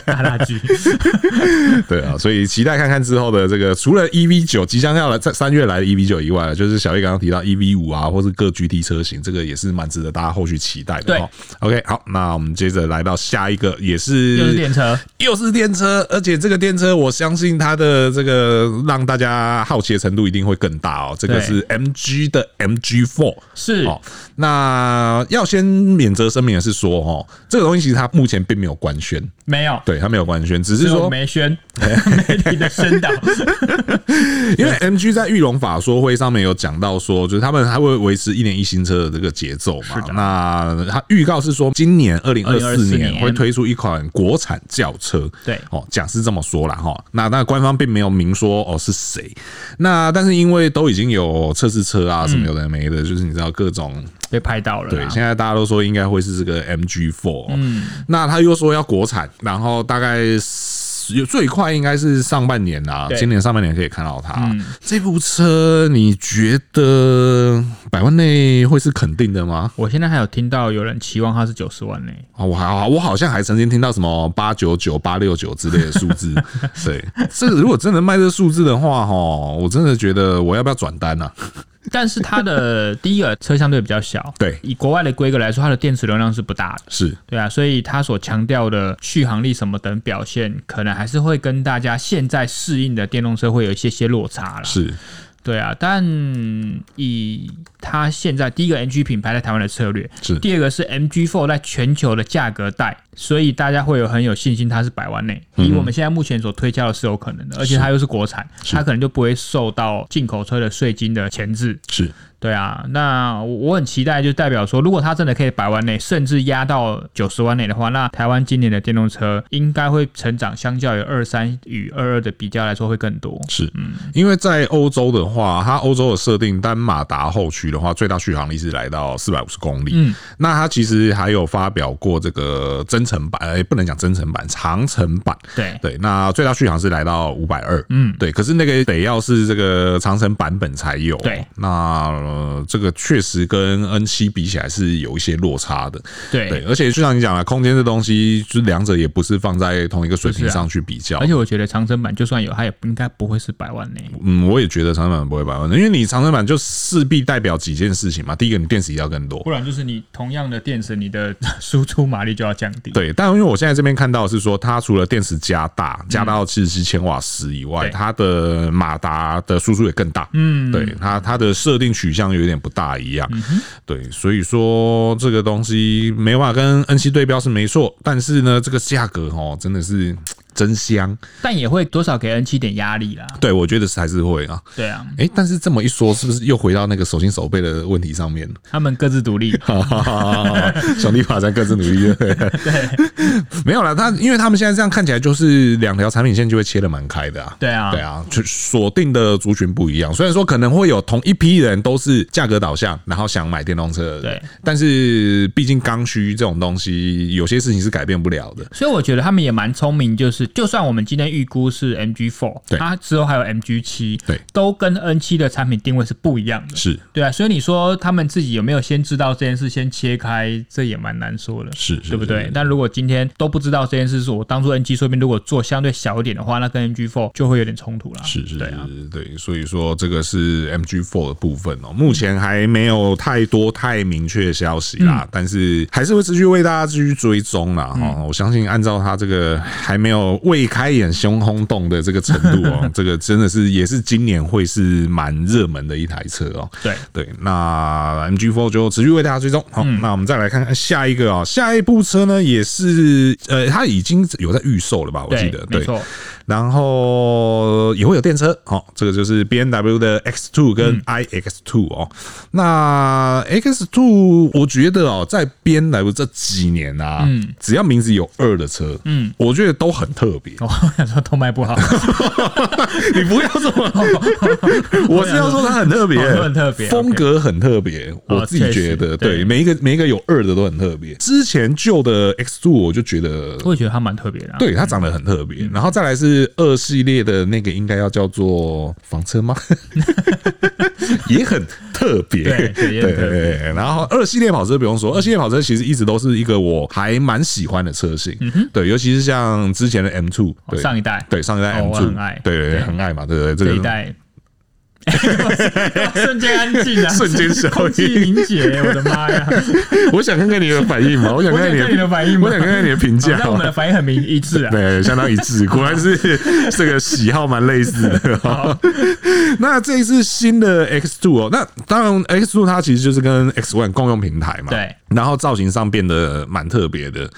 Speaker 2: 大大 G。
Speaker 1: 对啊，所以期待看看之后的这个，除了 EV 九即将要来在三月来的 EV 九以外，就是小叶刚刚提到 EV 五啊，或是各 GT 车型，这个也是蛮值得大家后续期待的
Speaker 2: 对
Speaker 1: 哦。OK，好，那我们接着来到下一个，也是
Speaker 2: 又是电车，
Speaker 1: 又是电车，而且这个电车，我相信它的这个让大家好奇的程度一定会更大哦。这个
Speaker 2: 对
Speaker 1: 是 MG 的 MG Four。
Speaker 2: 是
Speaker 1: 哦，那要先免责声明的是说，哦，这个东西其实它目前并没有官宣，
Speaker 2: 没有，
Speaker 1: 对，它没有官宣，只是
Speaker 2: 只有
Speaker 1: 说，
Speaker 2: 梅
Speaker 1: *laughs*
Speaker 2: 轩媒体的宣导，
Speaker 1: 因为 MG 在玉龙法说会上面有讲到说，就是他们还会维持一年一新车的这个节奏嘛。那它预告是说，今年二零二四
Speaker 2: 2024
Speaker 1: 年
Speaker 2: 年
Speaker 1: 会推出一款国产轿车，
Speaker 2: 对
Speaker 1: 哦，讲是这么说啦哈。那那官方并没有明说哦是谁，那但是因为都已经有测试车啊什么有的没的，就是你知道各种
Speaker 2: 被拍到了
Speaker 1: 对，
Speaker 2: 啦，
Speaker 1: 现在大家都说应该会是这个 MG Four，嗯，那他又说要国产，然后大概有最快应该是上半年啦，
Speaker 2: 对
Speaker 1: 今年上半年可以看到它、这部车，你觉得百万内会是肯定的吗？
Speaker 2: 我现在还有听到有人期望它是九十万呢、
Speaker 1: 啊，我还好，我好像还曾经听到什么八九九、八六九之类的数 *laughs* 字。对，这个如果真的卖这数字的话，哈，我真的觉得我要不要转单呢、啊？
Speaker 2: 但是
Speaker 1: *laughs*
Speaker 2: 它的第一个车相对比较小，
Speaker 1: 对
Speaker 2: 以国外的规格来说，它的电池容量是不大的。
Speaker 1: 是
Speaker 2: 对啊，所以它所强调的续航力什么等表现，可能还是会跟大家现在适应的电动车会有一些些落差啦。
Speaker 1: 是，
Speaker 2: 对啊，但以它现在第一个 MG 品牌在台湾的策略，
Speaker 1: 是
Speaker 2: 第二个是 MG Four 在全球的价格带，所以大家会有很有信心它是百万内。以我们现在目前所推销的是有可能的，而且它又嗯是国产，它可能就不会受到进口车的税金的钳制。
Speaker 1: 是
Speaker 2: 对啊，那我我很期待，就代表说，如果它真的可以百万内，甚至压到九十万内的话，那台湾今年的电动车应该会成长，相较于二三与二二的比较来说会更多。
Speaker 1: 是，
Speaker 2: 嗯
Speaker 1: 因为在欧洲的话，它欧洲的设定单马达后驱的话，最大续航力是来到四百五十公里。
Speaker 2: 嗯，
Speaker 1: 那它其实还有发表过这个增程版，哎、不能讲增程版，长程版。
Speaker 2: 对，
Speaker 1: 对，那最大续航是来到五百二。
Speaker 2: 嗯，
Speaker 1: 对，可是那个得要是这个长城版本才有。
Speaker 2: 对，
Speaker 1: 那、呃这个确实跟 N 七比起来是有一些落差的。
Speaker 2: 对
Speaker 1: 对，而且就像你讲了，空间这东西，就是两者也不是放在同一个水
Speaker 2: 不
Speaker 1: 平
Speaker 2: 是啊
Speaker 1: 上去比较。
Speaker 2: 而且我觉得长城版就算有，它也不应该不会是百万内。
Speaker 1: 嗯，我也觉得长城版不会百万的，因为你长城版就势必代表几件事情嘛。第一个，你电池一定要更多
Speaker 2: 不。然就是你同样的电池，你的 *laughs* 输出马力就要降低。
Speaker 1: 对，但因为我现在这边看到的是说，它除了电池加大，加大到七十七千瓦时以外，
Speaker 2: 对
Speaker 1: 它的马达的输出也更大。嗯，对，它它的设定取向有点不大一样。对，所以说这个东西没办法跟 N 七对标是没错，但是呢，这个价格哦，真的是真香。
Speaker 2: 但也会多少给 N 七点压力啦。
Speaker 1: 对，我觉得是还是会啊。
Speaker 2: 对啊，
Speaker 1: 诶，但是这么一说，是不是又回到那个手心手背的问题上面了？
Speaker 2: 他们各自
Speaker 1: *laughs*
Speaker 2: 独立。
Speaker 1: 兄弟爬山各自努
Speaker 2: *laughs*
Speaker 1: 力。对，没有啦，他因为他们现在这样看起来，就是两条产品线就会切的蛮开的啊。
Speaker 2: 对啊
Speaker 1: 对啊，就锁定的族群不一样。虽然说可能会有同一批人都是价格导向，然后想买电动车的人，
Speaker 2: 对
Speaker 1: 但是毕竟刚需这种东西，有些事情是改变不了的。
Speaker 2: 所以我觉得他们也蛮聪明，就是就算我们今天预估是 MG Four，
Speaker 1: 对
Speaker 2: 它之后还有 MG 七，
Speaker 1: 对，
Speaker 2: 都跟 N 七的产品定位是不一样的，
Speaker 1: 是
Speaker 2: 对啊，所以你说他们自己有没有先知道这件事，先切开，这也蛮难说的，
Speaker 1: 是是
Speaker 2: 对不
Speaker 1: 是
Speaker 2: 对
Speaker 1: 是？
Speaker 2: 但如果今天都不知道这件事，是我当初 N 七说明如果做相对小一点的话，那跟 MG Four 就会有点冲突啦。
Speaker 1: 是是
Speaker 2: 对啊，
Speaker 1: 是，对，所以说这个是 MG Four 的部分哦，目前还没有太多太明确的消息
Speaker 2: 嗯
Speaker 1: 啦，但是还是会持续为大家继续追踪啦。哈、我相信按照他这个还没有未开眼熊轰动的这个程度哦，
Speaker 2: *laughs*
Speaker 1: 这个真的是也是今年会是蛮热门的一台车哦。
Speaker 2: 对，
Speaker 1: 对，那 MG Four 就持续为大家追踪。好，
Speaker 2: 嗯
Speaker 1: 那我们再来看看下一个啊、下一部车呢也是呃，它已经有在预售了吧？我记
Speaker 2: 对
Speaker 1: 得，，
Speaker 2: 没
Speaker 1: 对，
Speaker 2: 错， *laughs*
Speaker 1: 然后也会有电车，哦，这个就是 B N W 的 X Two 跟 I X Two 哦。那 X Two 我觉得哦，在 B N W 这几年啊，只要名字有二的车，嗯，我觉得都很特别。
Speaker 2: 我想说都卖不
Speaker 1: *laughs*
Speaker 2: 好，
Speaker 1: 你不要这 *laughs* 么，我是要说它很特别，
Speaker 2: 哦很特别
Speaker 1: 风格很特别，我自己觉
Speaker 2: 确
Speaker 1: 得，
Speaker 2: 实
Speaker 1: 对，
Speaker 2: 对
Speaker 1: 每一个每一个有二的都很特别。之前旧的 X Two 我就觉得
Speaker 2: 我也觉得它蛮特别的啊。
Speaker 1: 对，它长得很特
Speaker 2: 嗯
Speaker 1: 别。然后再来是二系列的那个，应该要叫做房车
Speaker 2: *laughs*
Speaker 1: 吗？也很特别，
Speaker 2: 对对也很特别
Speaker 1: 对然后二系列跑车不用说，二系列跑车其实一直都是一个我还蛮喜欢的车型，对，尤其是像之前的 M Two，
Speaker 2: 嗯哦
Speaker 1: 对，
Speaker 2: 上一代
Speaker 1: 对上一代
Speaker 2: 哦
Speaker 1: M
Speaker 2: 我
Speaker 1: Two，
Speaker 2: 很爱
Speaker 1: 对对对，
Speaker 2: 对
Speaker 1: 很爱嘛，对不对？这
Speaker 2: 这
Speaker 1: 个
Speaker 2: 一代， *laughs* 瞬间安静啊，
Speaker 1: *laughs* 瞬间消
Speaker 2: 空气
Speaker 1: 音，
Speaker 2: 凝结，我的
Speaker 1: *laughs*
Speaker 2: 妈呀！
Speaker 1: 我想看看你的反应嘛，我想
Speaker 2: 我
Speaker 1: 看看
Speaker 2: 想
Speaker 1: 你
Speaker 2: 看你的反应嘛，
Speaker 1: 我想看看你的评价
Speaker 2: 好哦那我
Speaker 1: 嘛
Speaker 2: 们的反应很明一致
Speaker 1: *laughs*
Speaker 2: 啊。
Speaker 1: 对，相当一致，果然 *laughs* 是这个喜好蛮类似的、哦。 *laughs* 那这一次新的 X Two 哦，那当然 X Two 它其实就是跟 X One 共用平台嘛，
Speaker 2: 对，
Speaker 1: 然后造型上变得蛮特别的，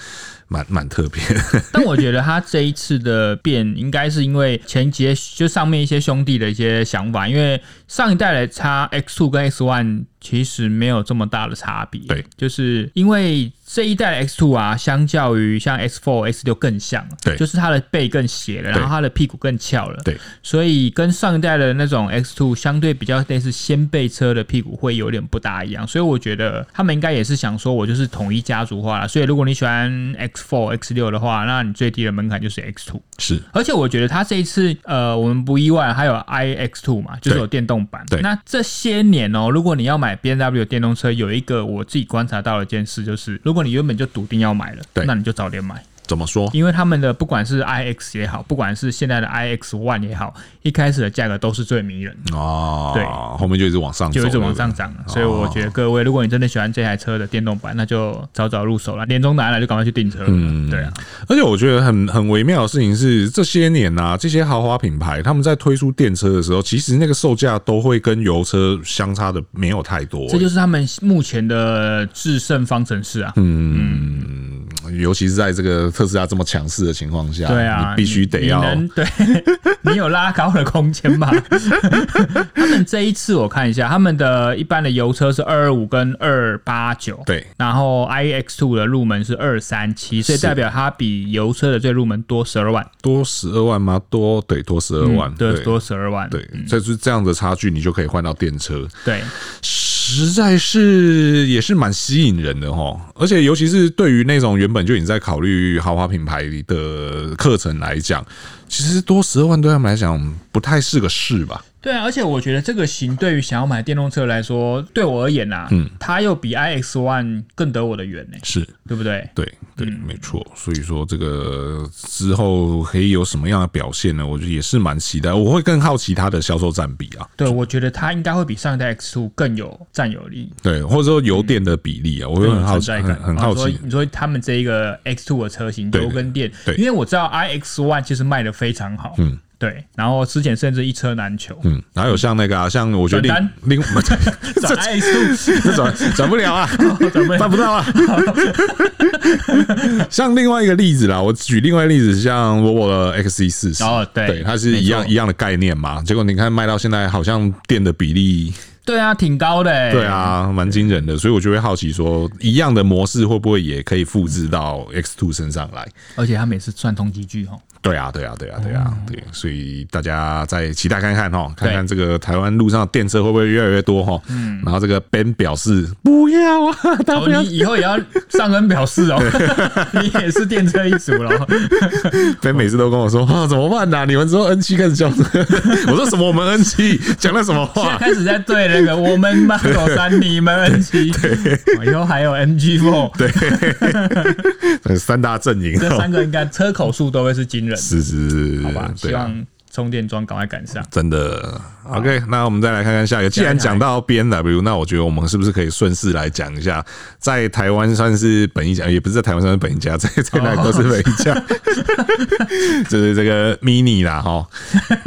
Speaker 1: 蛮蛮特别 *laughs* 的，
Speaker 2: 但我觉得他这一次的变，应该是因为前几页就上面一些兄弟的一些想法，因为上一代的叉 X Two 跟 X One 其实没有这么大的差别，
Speaker 1: 对，
Speaker 2: 就是因为这一代的 X Two 啊，相较于像 X Four、X 六更像了，
Speaker 1: 对
Speaker 2: 就是它的背更斜了，然后它的屁股更翘了，
Speaker 1: 对，
Speaker 2: 所以跟上一代的那种 X Two 相对比较类似掀背车的屁股会有点不大一样，所以我觉得他们应该也是想说，我就是统一家族化了。所以如果你喜欢 X Four、X 六的话，那你最低的门槛就是 X Two。
Speaker 1: 是
Speaker 2: 而且我觉得它这一次，呃，我们不意外，还有 iX Two 嘛，就是有电动版。
Speaker 1: 对
Speaker 2: 那这些年哦，如果你要买 B N W 电动车，有一个我自己观察到的一件事，就是如果你原本就笃定要买了，
Speaker 1: 对
Speaker 2: 那你就早点买。
Speaker 1: 怎么说？
Speaker 2: 因为他们的不管是 iX 也好，不管是现在的 iX One 也好，一开始的价格都是最迷人的，
Speaker 1: 哦，
Speaker 2: 对
Speaker 1: 后面就一直往上走，
Speaker 2: 就一直
Speaker 1: 对不
Speaker 2: 往
Speaker 1: 对
Speaker 2: 上涨了。所以
Speaker 1: 哦
Speaker 2: 我觉得各位，如果你真的喜欢这台车的电动版，那就早早入手了，年终拿来就赶快去订车。嗯，对啊，
Speaker 1: 而且我觉得很很微妙的事情是，这些年啊，这些豪华品牌他们在推出电车的时候，其实那个售价都会跟油车相差的没有太多、
Speaker 2: 这就是他们目前的制胜方程式啊。
Speaker 1: 嗯，尤其是在这个特斯拉这么强势的情况下，
Speaker 2: 对啊，
Speaker 1: 你必须得要
Speaker 2: 你能 *laughs* 对，你有拉高的空间嘛？ *laughs* 他们这一次我看一下，他们的一般的油车是二二五跟二八九，
Speaker 1: 对
Speaker 2: 然后 iX Two 的入门是二三七，所以代表它比油车的最入门多十二万，嗯
Speaker 1: 多十二万吗？多对，多十二万，
Speaker 2: 对，
Speaker 1: 对
Speaker 2: 多嗯十二万，
Speaker 1: 对，这是这样的差距，你就可以换到电车，
Speaker 2: 对
Speaker 1: 实在是也是蛮吸引人的哦。而且尤其是对于那种原本就已经在考虑豪华品牌的课程来讲，其实多十二万对他们来讲不太是个事吧？
Speaker 2: 对啊！而且我觉得这个型对于想要买电动车来说，对我而言呐、嗯，它又比 iX One 更得我的缘呢、
Speaker 1: 是，
Speaker 2: 对不对？
Speaker 1: 对对，没错。所以说这个之后可以有什么样的表现呢？我觉得也是蛮期待，我会更好奇它的销售占比啊，
Speaker 2: 对，我觉得它应该会比上一代 X Two 更有占有力，
Speaker 1: 对，或者说油电的比例啊，我会
Speaker 2: 更
Speaker 1: 很
Speaker 2: 有
Speaker 1: 好
Speaker 2: 存
Speaker 1: 奇，
Speaker 2: 嗯在
Speaker 1: 很
Speaker 2: 感。
Speaker 1: 很
Speaker 2: 哦
Speaker 1: 好
Speaker 2: 所以
Speaker 1: 奇。
Speaker 2: 你说他们这一个 X Two 的车型
Speaker 1: 对
Speaker 2: 油跟电，
Speaker 1: 对
Speaker 2: 因为我知道 iX One 其实卖的非常好，嗯，对，然后之前甚至一车
Speaker 1: *laughs*
Speaker 2: 难求，
Speaker 1: 嗯，然后有像那个啊，像我觉得
Speaker 2: 转
Speaker 1: 另另 *laughs* 这
Speaker 2: 转
Speaker 1: *laughs*
Speaker 2: iX
Speaker 1: 这转转不了啊，
Speaker 2: Two 哦怎么
Speaker 1: 办不到
Speaker 2: *laughs*
Speaker 1: 啊。像另外一个例子啦，我举另外一个例子，像 Volvo 的 XC 四十，
Speaker 2: 哦对
Speaker 1: 它是一样
Speaker 2: 没错
Speaker 1: 一样的概念嘛。结果你看卖到现在，好像电的比例
Speaker 2: 对啊，挺高的、欸，
Speaker 1: 对，啊，蛮惊人的，所以我就会好奇说，一样的模式会不会也可以复制到 X Two 身上来？
Speaker 2: 而且他们也是算通缉剧哈，
Speaker 1: 对啊，对啊，对啊，对
Speaker 2: 哦
Speaker 1: 啊，对，所以大家再期待看看哈，看看这个台湾路上的电车会不会越来越多哈。嗯，然后这个 Ben 表示不要啊， *laughs* 他
Speaker 2: 哦，
Speaker 1: 不要
Speaker 2: 你以后也要上恩表示哦， *laughs* 你也是电车一族
Speaker 1: *laughs*
Speaker 2: 了。哦
Speaker 1: Ben 每次都跟我说啊，怎么办呐、你们之后 N 七开始叫车， *laughs* 我说什么？我们 N 七讲了什么
Speaker 2: 现在 *laughs*
Speaker 1: 话？
Speaker 2: 开始在对那个我们 Model 三，你们
Speaker 1: *laughs*
Speaker 2: N 七，哦以后还有 NG Four，对，
Speaker 1: 呃三大阵营
Speaker 2: 这
Speaker 1: 哦，
Speaker 2: 三个应该车口数都会是惊人，
Speaker 1: *laughs* 是是是，
Speaker 2: 好吧？
Speaker 1: 对
Speaker 2: 希
Speaker 1: 啊。
Speaker 2: 望充电桩赶快赶上。
Speaker 1: 真的，OK，那我们再来看看下一个。既然讲到 B N W，那我觉得我们是不是可以顺势来讲一下，在台湾算是本一家，也不是在台湾算是本一家，在在哪里都是本一家， *laughs* 就是这个 Mini 啦，哈，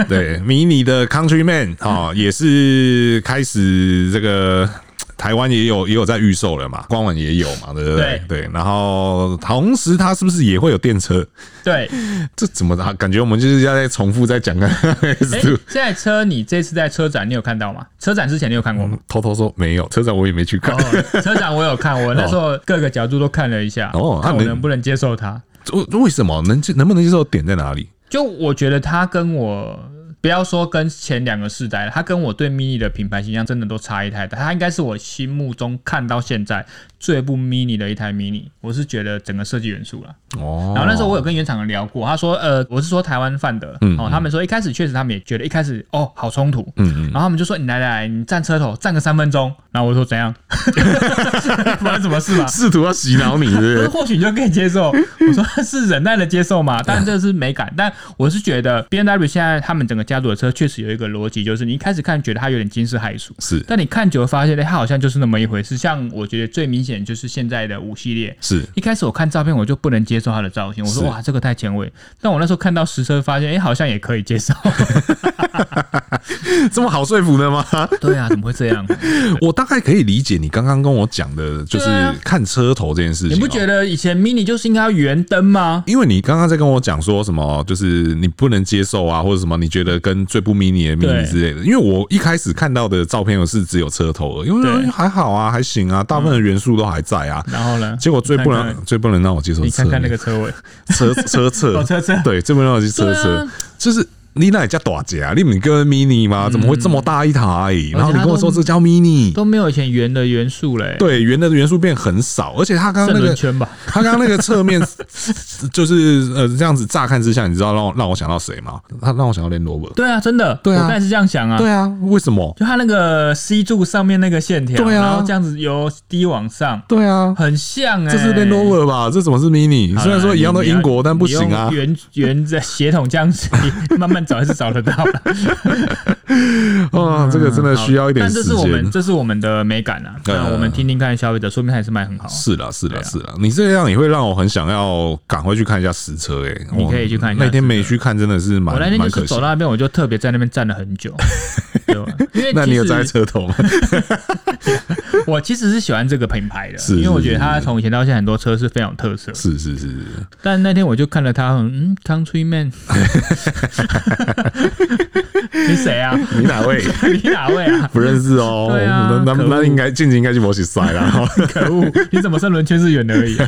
Speaker 1: 对，Mini 的 Countryman 哈，也是开始这个。台湾也有也有在预售了嘛，官网也有嘛，对不对？对，然后同时它是不是也会有电车？ *laughs*
Speaker 2: 对，
Speaker 1: 这怎么啊？感觉我们就是要再重复再讲啊看 *laughs*
Speaker 2: 哎，
Speaker 1: S
Speaker 2: 这台车你这次在车展你有看到吗？车展之前你有看过吗？
Speaker 1: 偷偷说没有，车展我也没去看。
Speaker 2: 哦，车展我有看，我那时候各个角度都看了一下，
Speaker 1: *laughs* 哦
Speaker 2: 看
Speaker 1: 啊
Speaker 2: 我
Speaker 1: 能
Speaker 2: 能不能接受它。
Speaker 1: *laughs* 为、为什么能接能不能接受的点在哪里？
Speaker 2: 就我觉得它跟我不要说跟前两个世代了，它跟我对 mini 的品牌形象真的都差异太大。它应该是我心目中看到现在最不 mini 的一台 mini，我是觉得整个设计元素啦。
Speaker 1: 哦，
Speaker 2: 然后那时候我有跟原厂人聊过，他说，呃，我是说台湾范德，哦，他们说一开始确实他们也觉得一开始哦好冲突，嗯嗯，然后他们就说你来来来，你站车头站个三分钟，然后我说怎样， *laughs* 不然什么事嘛，
Speaker 1: 试图要洗脑你，是不
Speaker 2: 可是 *laughs*
Speaker 1: 是？
Speaker 2: 或许你就可以接受。我说是忍耐的接受嘛，但这是美感。但我是觉得 B N W 现在他们整个家族的车确实有一个逻辑，就是你一开始看觉得它有点惊世骇俗，
Speaker 1: 是
Speaker 2: 但你看久了发现，哎，它好像就是那么一回事。像我觉得最明显就是现在的五系列。
Speaker 1: 是，
Speaker 2: 一开始我看照片我就不能接受它的造型，我说
Speaker 1: 是
Speaker 2: 哇这个太前卫。但我那时候看到实车发现，哎、好像也可以接受。
Speaker 1: 这么好说服的吗？
Speaker 2: *laughs*
Speaker 1: *laughs*
Speaker 2: 对啊，怎么会这样？
Speaker 1: 我大概可以理解你刚刚跟我讲的，就是
Speaker 2: 对啊
Speaker 1: 看车头这件事情、
Speaker 2: *laughs* 你不觉
Speaker 1: 得？
Speaker 2: 得以前 Mini 就是应该要圆灯吗？
Speaker 1: 因为你刚刚在跟我讲说什么，就是你不能接受啊，或者什么，你觉得跟最不 mini 的 mini
Speaker 2: 对
Speaker 1: 之类的。因为我一开始看到的照片是只有车头而已，因为
Speaker 2: 对
Speaker 1: 还好啊，还行啊，大部分的元素都还在啊。
Speaker 2: 然后呢？
Speaker 1: 结果最不能
Speaker 2: 你看看
Speaker 1: 最不能让我接受，
Speaker 2: 你看看那个车尾，
Speaker 1: 车 *laughs* 车侧，
Speaker 2: 哦车侧
Speaker 1: 对，这边让我去车
Speaker 2: 对
Speaker 1: 侧
Speaker 2: 啊，
Speaker 1: 就是你那也叫大姐啊，你们跟 mini
Speaker 2: 嗯
Speaker 1: 吗？怎么会这么大一台？然后你跟我说这叫 mini，
Speaker 2: 都没有以前圆的元素嘞、
Speaker 1: 对，圆的元素变很少，而且它刚刚
Speaker 2: 正
Speaker 1: 那
Speaker 2: 轮
Speaker 1: 个。
Speaker 2: 圈吧？
Speaker 1: 他刚刚那个侧
Speaker 2: *laughs*
Speaker 1: 面就是呃这样子，乍看之下，你知道让我让我想到谁吗？他让我想到连罗伯。
Speaker 2: 对啊，真的，
Speaker 1: 对啊
Speaker 2: 我刚才是这样想啊。
Speaker 1: 对啊，为什么？
Speaker 2: 就它那个 C 柱上面那个线条，
Speaker 1: 对啊
Speaker 2: 然后这样子由低往上，
Speaker 1: 对啊，
Speaker 2: 很像哎、
Speaker 1: 这是 Land Rover 吧？这怎么是 Mini？
Speaker 2: 好啦
Speaker 1: 虽然说一样都
Speaker 2: 你
Speaker 1: 英国，但不行啊
Speaker 2: 你。用 *laughs* 圆圆的血统这样子慢慢找还是找得到
Speaker 1: *laughs*
Speaker 2: 的。嗯
Speaker 1: 啊，这个真的需要一点
Speaker 2: 但这
Speaker 1: 时
Speaker 2: 是我们
Speaker 1: 间。
Speaker 2: 这是我们的美感啊。那我们听听看消费者，说明还是卖很好。
Speaker 1: 是啦，是啦，
Speaker 2: 对啊
Speaker 1: 是啦，你这样也会让我很想要赶快去看一下实车诶、欸。
Speaker 2: 你
Speaker 1: 我
Speaker 2: 可以去看一下
Speaker 1: 那天
Speaker 2: 实车
Speaker 1: 没去看，真的是蛮
Speaker 2: 我那天就
Speaker 1: 蛮可
Speaker 2: 是
Speaker 1: 惜
Speaker 2: 走。到那边，我就特别在那边站了很
Speaker 1: *laughs*
Speaker 2: 久，对吧？因为
Speaker 1: 那你有
Speaker 2: 其实
Speaker 1: 在车
Speaker 2: *laughs*
Speaker 1: 头吗？
Speaker 2: 我其实是喜欢这个品牌的，
Speaker 1: 是
Speaker 2: 因为我觉
Speaker 1: 是
Speaker 2: 得它从以前到现在很多车是非常有特色。
Speaker 1: 是是是是，
Speaker 2: 但那天我就看了他，嗯，Countryman，你谁 *laughs* 啊？
Speaker 1: 你哪位？
Speaker 2: 你哪位啊？
Speaker 1: 不认识哦。
Speaker 2: *laughs* 对啊
Speaker 1: 那那
Speaker 2: 可恶
Speaker 1: 那应该近期应该去摩西塞啦。
Speaker 2: *laughs* 可恶，你怎么剩轮圈是圆的而已、啊？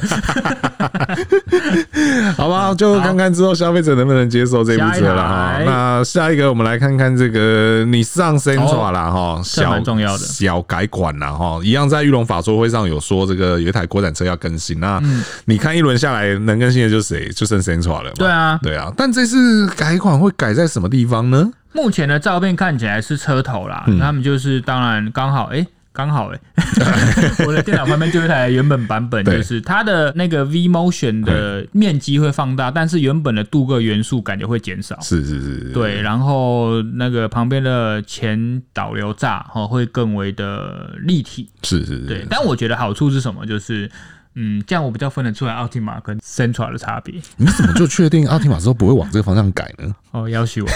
Speaker 1: 好吧，就看看之后消费者能不能接受这部车了哈
Speaker 2: 下。一台
Speaker 1: 那下一个，我们来看看这个你上 Sentra 啦哈，
Speaker 2: 这
Speaker 1: 小
Speaker 2: 蛮重要的
Speaker 1: 小改款啦哈，一样在玉龙法说会上有说这个有一台国产车要更新，那
Speaker 2: 嗯
Speaker 1: 你看一轮下来能更新的就是谁，就剩 Sentra 了嘛。
Speaker 2: *laughs* 对啊，
Speaker 1: 对啊，但这次改款会改在什么地方呢？
Speaker 2: 目前的照片看起来是车头啦，他们就是当然刚好，哎、刚好哎、诶 *laughs* 我的电脑旁边就有一台原本版本，
Speaker 1: 对
Speaker 2: 就是它的那个 V Motion 的面积会放大，但是原本的镀铬元素感觉会减少。
Speaker 1: 是是是，是，
Speaker 2: 哦对，然后那个旁边的前导流栅哦会更为的立体，
Speaker 1: 是是
Speaker 2: 对
Speaker 1: 是。。
Speaker 2: 但我觉得好处是什么？就是嗯，这样我比较分得出来奥蒂玛跟 Sentra 的差别。
Speaker 1: 你怎么就确定奥提马之后不会往这个方向改呢？
Speaker 2: 哦，要求我，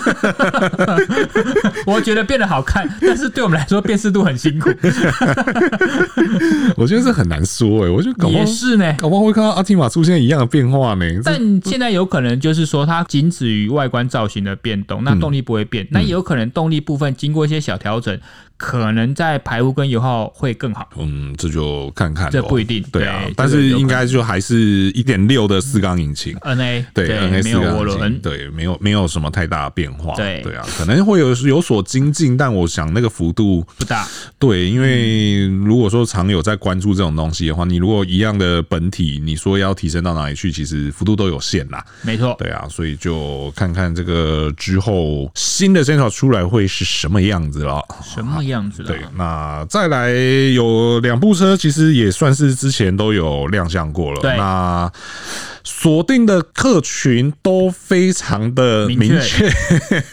Speaker 2: *laughs* 我觉得变得好看，但是对我们来说辨识度很辛苦，
Speaker 1: 我觉得这很难说哎，我觉得搞不好
Speaker 2: 也是呢。
Speaker 1: 搞不好会看到阿提玛出现一样的变化呢。这
Speaker 2: 但现在有可能就是说，它仅止于外观造型的变动，那动力不会变。那也有可能动力部分经过一些小调整，可能在排污跟油耗会更好。
Speaker 1: 嗯，这就看看咯，
Speaker 2: 这不一定
Speaker 1: 对啊
Speaker 2: 对，
Speaker 1: 但
Speaker 2: 这个
Speaker 1: 是
Speaker 2: 有可
Speaker 1: 应该就还是一点六的四缸引擎。
Speaker 2: N A 啊
Speaker 1: 对，NA
Speaker 2: 没有
Speaker 1: 四缸
Speaker 2: 涡
Speaker 1: 引擎
Speaker 2: 轮，
Speaker 1: 对，没有没有什么太大的变化，
Speaker 2: 对
Speaker 1: 对啊，可能会有有所精进，但我想那个幅度
Speaker 2: 不大，
Speaker 1: 对，因为如果说常有在关注这种东西的话，你如果一样的本体，你说要提升到哪里去，其实幅度都有限啦。
Speaker 2: 没错。
Speaker 1: 对啊，所以就看看这个之后新的 Sentra 出来会是什么样子了。
Speaker 2: 什么样子的
Speaker 1: 对？，那再来有两部车，其实也算是之前都有亮相过了。
Speaker 2: 对
Speaker 1: 那锁定的客群都非常的
Speaker 2: 明
Speaker 1: 明确，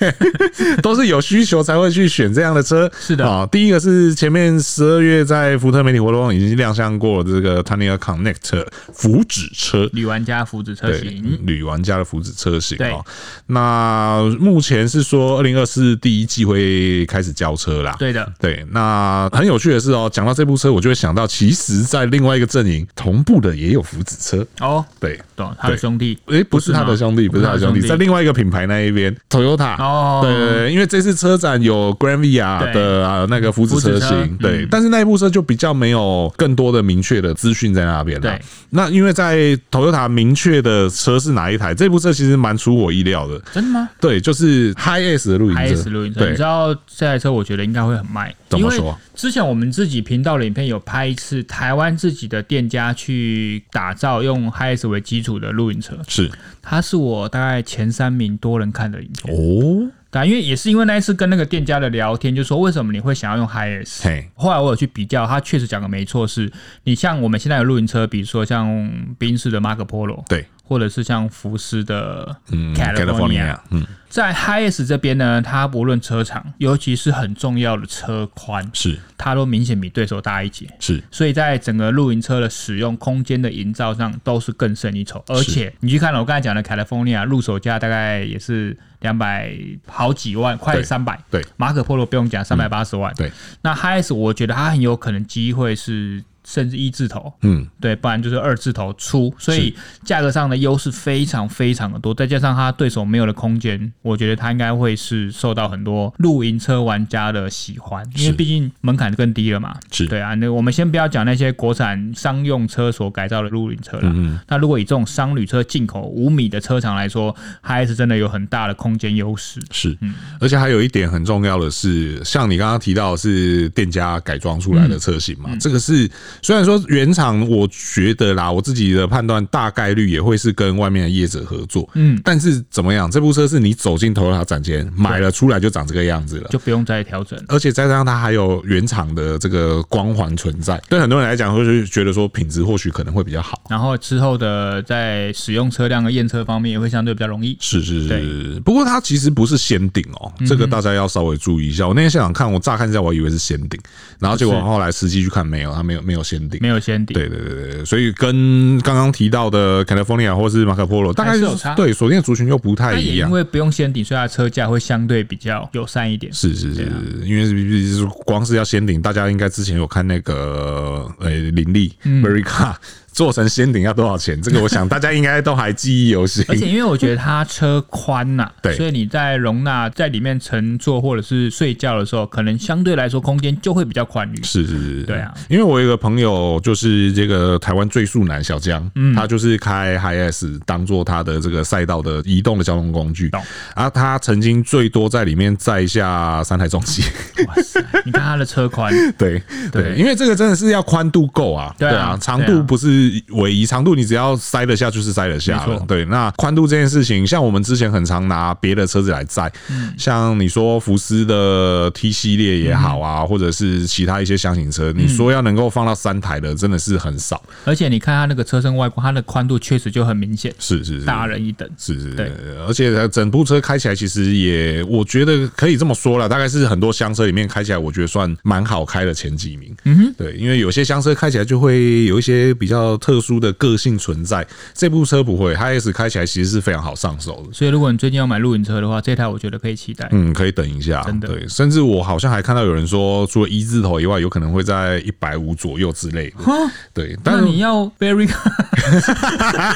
Speaker 1: *laughs* 都是有需求才会去选这样的车。
Speaker 2: 是的
Speaker 1: 啊，第一个是前面十二月在福特媒体活动已经亮相过这个 Tania Connect 福祉车。
Speaker 2: 女玩家福祉车
Speaker 1: 对
Speaker 2: 型，
Speaker 1: 旅玩家的福祉车型
Speaker 2: 对
Speaker 1: 哦，那目前是说二零二四第一季会开始交车啦，
Speaker 2: 对的，
Speaker 1: 对，那很有趣的是哦，讲到这部车，我就会想到，其实，在另外一个阵营同步的也有福祉车。
Speaker 2: 哦，
Speaker 1: 对，
Speaker 2: 懂，他的
Speaker 1: 对
Speaker 2: 兄弟，
Speaker 1: 诶，不是他的兄弟，不
Speaker 2: 不
Speaker 1: 是
Speaker 2: 是
Speaker 1: 他
Speaker 2: 吗
Speaker 1: 的兄
Speaker 2: 不是他的
Speaker 1: 弟，
Speaker 2: 兄弟
Speaker 1: 在另外一个品牌那一边，Toyota。
Speaker 2: 哦
Speaker 1: 对对，对因为这次车展有 Grand Via
Speaker 2: 对
Speaker 1: 的啊那个福祉车
Speaker 2: 福祉
Speaker 1: 型
Speaker 2: 车，
Speaker 1: 对
Speaker 2: 嗯，
Speaker 1: 但是那一部车就比较没有更多的明确的资讯在那边了
Speaker 2: 对。
Speaker 1: 那因为在 Toyota 明确的车是哪一台，这部车其实蛮出我意料的。
Speaker 2: 真的吗
Speaker 1: 对，就是 High S 的露营车
Speaker 2: ？I S 露营车，
Speaker 1: 对
Speaker 2: 你知道这台车，我觉得应该会很卖。
Speaker 1: 怎么
Speaker 2: 因为
Speaker 1: 说
Speaker 2: 之前我们自己频道的影片有拍一次台湾自己的店家去打造用 Hi S 为基础的露营车，
Speaker 1: 是
Speaker 2: 它是我大概前三名多人看的影片。
Speaker 1: 哦，
Speaker 2: 对啊，因为也是因为那一次跟那个店家的聊天，就说为什么你会想要用 Hi S，
Speaker 1: 嘿，
Speaker 2: 后来我有去比较，他确实讲的没错，是你像我们现在有露营车，比如说像宾士的 Marco Polo，
Speaker 1: 对，
Speaker 2: 或者是像福斯的
Speaker 1: 嗯
Speaker 2: California，、
Speaker 1: 嗯，
Speaker 2: 在 Hiace 这边呢，它不论车长，尤其是很重要的车宽，
Speaker 1: 是
Speaker 2: 它都明显比对手大一截。
Speaker 1: 是，
Speaker 2: 所以在整个露营车的使用空间的营造上都是更胜一筹，而且你去看了我刚才讲的 California 入手价大概也是两百好几万，快
Speaker 1: 对
Speaker 2: 三百。
Speaker 1: 对，嗯
Speaker 2: 马可波罗不用讲，三百八十万。
Speaker 1: 对，
Speaker 2: 那 h s 我觉得它很有可能机会是甚至一字头，
Speaker 1: 嗯，
Speaker 2: 对，不然就是二字头出，所以价格上的优势非常非常的多，再加上它对手没有的空间，我觉得它应该会是受到很多露营车玩家的喜欢，因
Speaker 1: 是
Speaker 2: 为毕竟门槛更低了嘛。
Speaker 1: 是
Speaker 2: 对啊，那我们先不要讲那些国产商用车所改造的露营车啦。那如果以这种商旅车进口五米的车长来说，它还是真的有很大的空间优势。
Speaker 1: 是，而且还有一点很重要的是，像你刚刚提到的是店家改装出来的车型
Speaker 2: 嗯
Speaker 1: 嘛，这个是虽然说原厂我觉得啦，我自己的判断大概率也会是跟外面的业者合作，
Speaker 2: 嗯，
Speaker 1: 但是怎么样，这部车是你走进 Toyota 展前买了出来就长这个样子了。
Speaker 2: 就不用再调整了。
Speaker 1: 而且再加上它还有原厂的这个光环存在，对很多人来讲，会是觉得说品质或许可能会比较好。
Speaker 2: 然后之后的在使用车辆和验车方面也会相对比较容易。
Speaker 1: 是是是，不过它其实不是限定哦，
Speaker 2: 嗯
Speaker 1: 这个大家要稍微注意一下。我那天现场看，我乍看一下我以为是限定，然后结果
Speaker 2: 不是
Speaker 1: 后来实际去看没有，它没有没有限定
Speaker 2: 没。有先底，
Speaker 1: 对对对对，所以跟刚刚提到的 California 或是马可波罗，大概
Speaker 2: 还是有
Speaker 1: 就是
Speaker 2: 差
Speaker 1: 对锁定的族群又不太
Speaker 2: 它也
Speaker 1: 一
Speaker 2: 因
Speaker 1: 样。
Speaker 2: 为不用先顶，所以它的车价会相对比较友善一点。
Speaker 1: 是是是，
Speaker 2: 啊
Speaker 1: 因为是光是要先顶，大家应该之前有看那个呃林立
Speaker 2: 嗯
Speaker 1: m e r i c a 做成先顶要多少钱？这个我想大家应该都还记忆犹新。
Speaker 2: 而且因为我觉得它车宽呐、
Speaker 1: 嗯对
Speaker 2: 所以你在容纳在里面乘坐或者是睡觉的时候，可能相对来说空间就会比较宽
Speaker 1: *laughs*
Speaker 2: 裕。
Speaker 1: 是是是，
Speaker 2: 对啊，
Speaker 1: 因为我有一个朋友，就是这个台湾最速男小江，
Speaker 2: 嗯
Speaker 1: 他就是开 h i S 当做他的这个赛道的移动的交通工具
Speaker 2: 懂，
Speaker 1: 啊，他曾经最多在里面载下三台重机，
Speaker 2: 哇塞，你看它的
Speaker 1: *laughs*
Speaker 2: 车宽，
Speaker 1: 对对，
Speaker 2: 对
Speaker 1: 因为这个真的是要宽度够啊，
Speaker 2: 对啊
Speaker 1: 长
Speaker 2: 对
Speaker 1: 度
Speaker 2: 啊
Speaker 1: 不是唯一，长度你只要塞得下就是塞得下
Speaker 2: 没
Speaker 1: 了
Speaker 2: 错，
Speaker 1: 对，那宽度这件事情，像我们之前很常拿别的车子来载，
Speaker 2: 嗯
Speaker 1: 像你说福斯的 T 系列也好
Speaker 2: 嗯
Speaker 1: 啊，或者是其他一些箱型车，你说要能够放到三台的，真的是很少，
Speaker 2: 而且你看它那个车身外观，它的宽度确实就很明显，
Speaker 1: 是是是，
Speaker 2: 大人一等。
Speaker 1: 是是，
Speaker 2: 对
Speaker 1: 而且呃整部车开起来其实也，我觉得可以这么说啦，大概是很多厢车里面开起来，我觉得算蛮好开的前几名。嗯哼，对，因为有些厢车开起来就会有一些比较较特殊的个性存在，这部车不会，它 S 开起来其实是非常好上手的。
Speaker 2: 所以如果你最近要买露营车的话，这台我觉得可以期待。
Speaker 1: 嗯，可以等一下，
Speaker 2: 真的
Speaker 1: 对，甚至我好像还看到有人说，除了一字头以外，有可能会在一百五左右之类的。
Speaker 2: 哦
Speaker 1: 对，但
Speaker 2: 那
Speaker 1: 是
Speaker 2: 你要 very *laughs*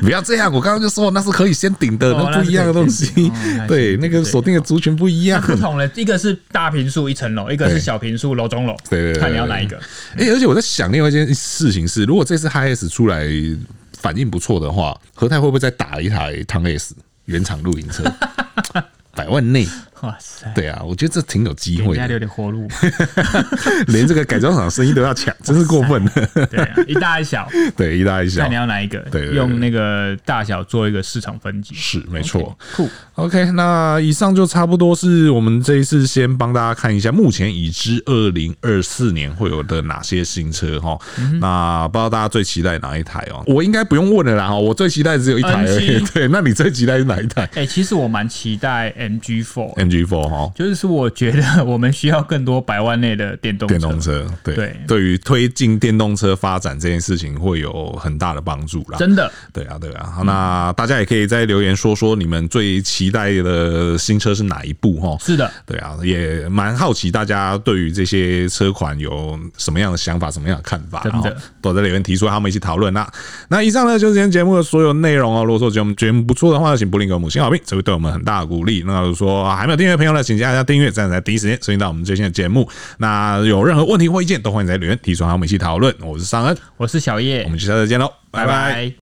Speaker 1: 不要这样，我刚刚就说那是可以先顶的，
Speaker 2: 哦
Speaker 1: 那不一样的东西
Speaker 2: 那是可以先顶哦。
Speaker 1: 对，那个锁定的族群不一样。
Speaker 2: 不同了，一个是大平数一层楼，一个
Speaker 1: 嗯
Speaker 2: 是
Speaker 1: 对
Speaker 2: 小平数楼中楼，
Speaker 1: 对对对对
Speaker 2: 看你要哪一个。
Speaker 1: 哎、而且我在想另外一件事情是，如果这次 Hi S 出来反应不错的话，和泰会不会再打一台唐 S 原厂露营车，百万内？
Speaker 2: 哇塞，
Speaker 1: 对啊，我觉得这挺有机
Speaker 2: 人
Speaker 1: 会
Speaker 2: 家
Speaker 1: 的，
Speaker 2: 留点活路嘛，
Speaker 1: 连这个改装厂生意都要抢，真是过分了。 *laughs*
Speaker 2: 对啊，一大一小，
Speaker 1: 对，一大一小
Speaker 2: 看你。要哪一个，
Speaker 1: 对对对
Speaker 2: 用那个大小做一个市场分级，
Speaker 1: 是没错。
Speaker 2: 酷。
Speaker 1: OK，那以上就差不多是我们这一次先帮大家看一下目前已知二零二四年会有的哪些新车哈。
Speaker 2: 嗯
Speaker 1: 那不知道大家最期待哪一台哦？我应该不用问了啦哈，我最期待只有一台而已 *laughs*
Speaker 2: N7。
Speaker 1: 对，那你最期待是哪一台
Speaker 2: 哎、其实我蛮期待 MG Four，、
Speaker 1: ？MG Four 哈，
Speaker 2: 就是我觉得我们需要更多百万内的电动
Speaker 1: 电
Speaker 2: 车。
Speaker 1: 动车对
Speaker 2: 对
Speaker 1: 对于推进电动车发展这件事情会有很大的帮助啦。
Speaker 2: 真的，
Speaker 1: 对啊，对啊，好那大家也可以在留言说说你们最期待的新车是哪一部哈？
Speaker 2: 是的，
Speaker 1: 对啊，也蛮好奇大家对于这些车款有什么样的想法、什么样的看法，
Speaker 2: 真的
Speaker 1: 哦都在留言提出，他们一起讨论啦。那以上呢就是今天节目的所有内容哦。如果说节目节目不错的话，请不吝给我们五星好评，这会对我们很大的鼓励。那如果说还没有订阅的朋友呢，请大家订阅，这样才第一时间收听到我们最新的节目。那有任何问题或意见，都欢迎在留言提出，和我们一起讨论。我是尚恩，
Speaker 2: 我是小叶
Speaker 1: 我，们下次再见喽，拜拜
Speaker 2: 拜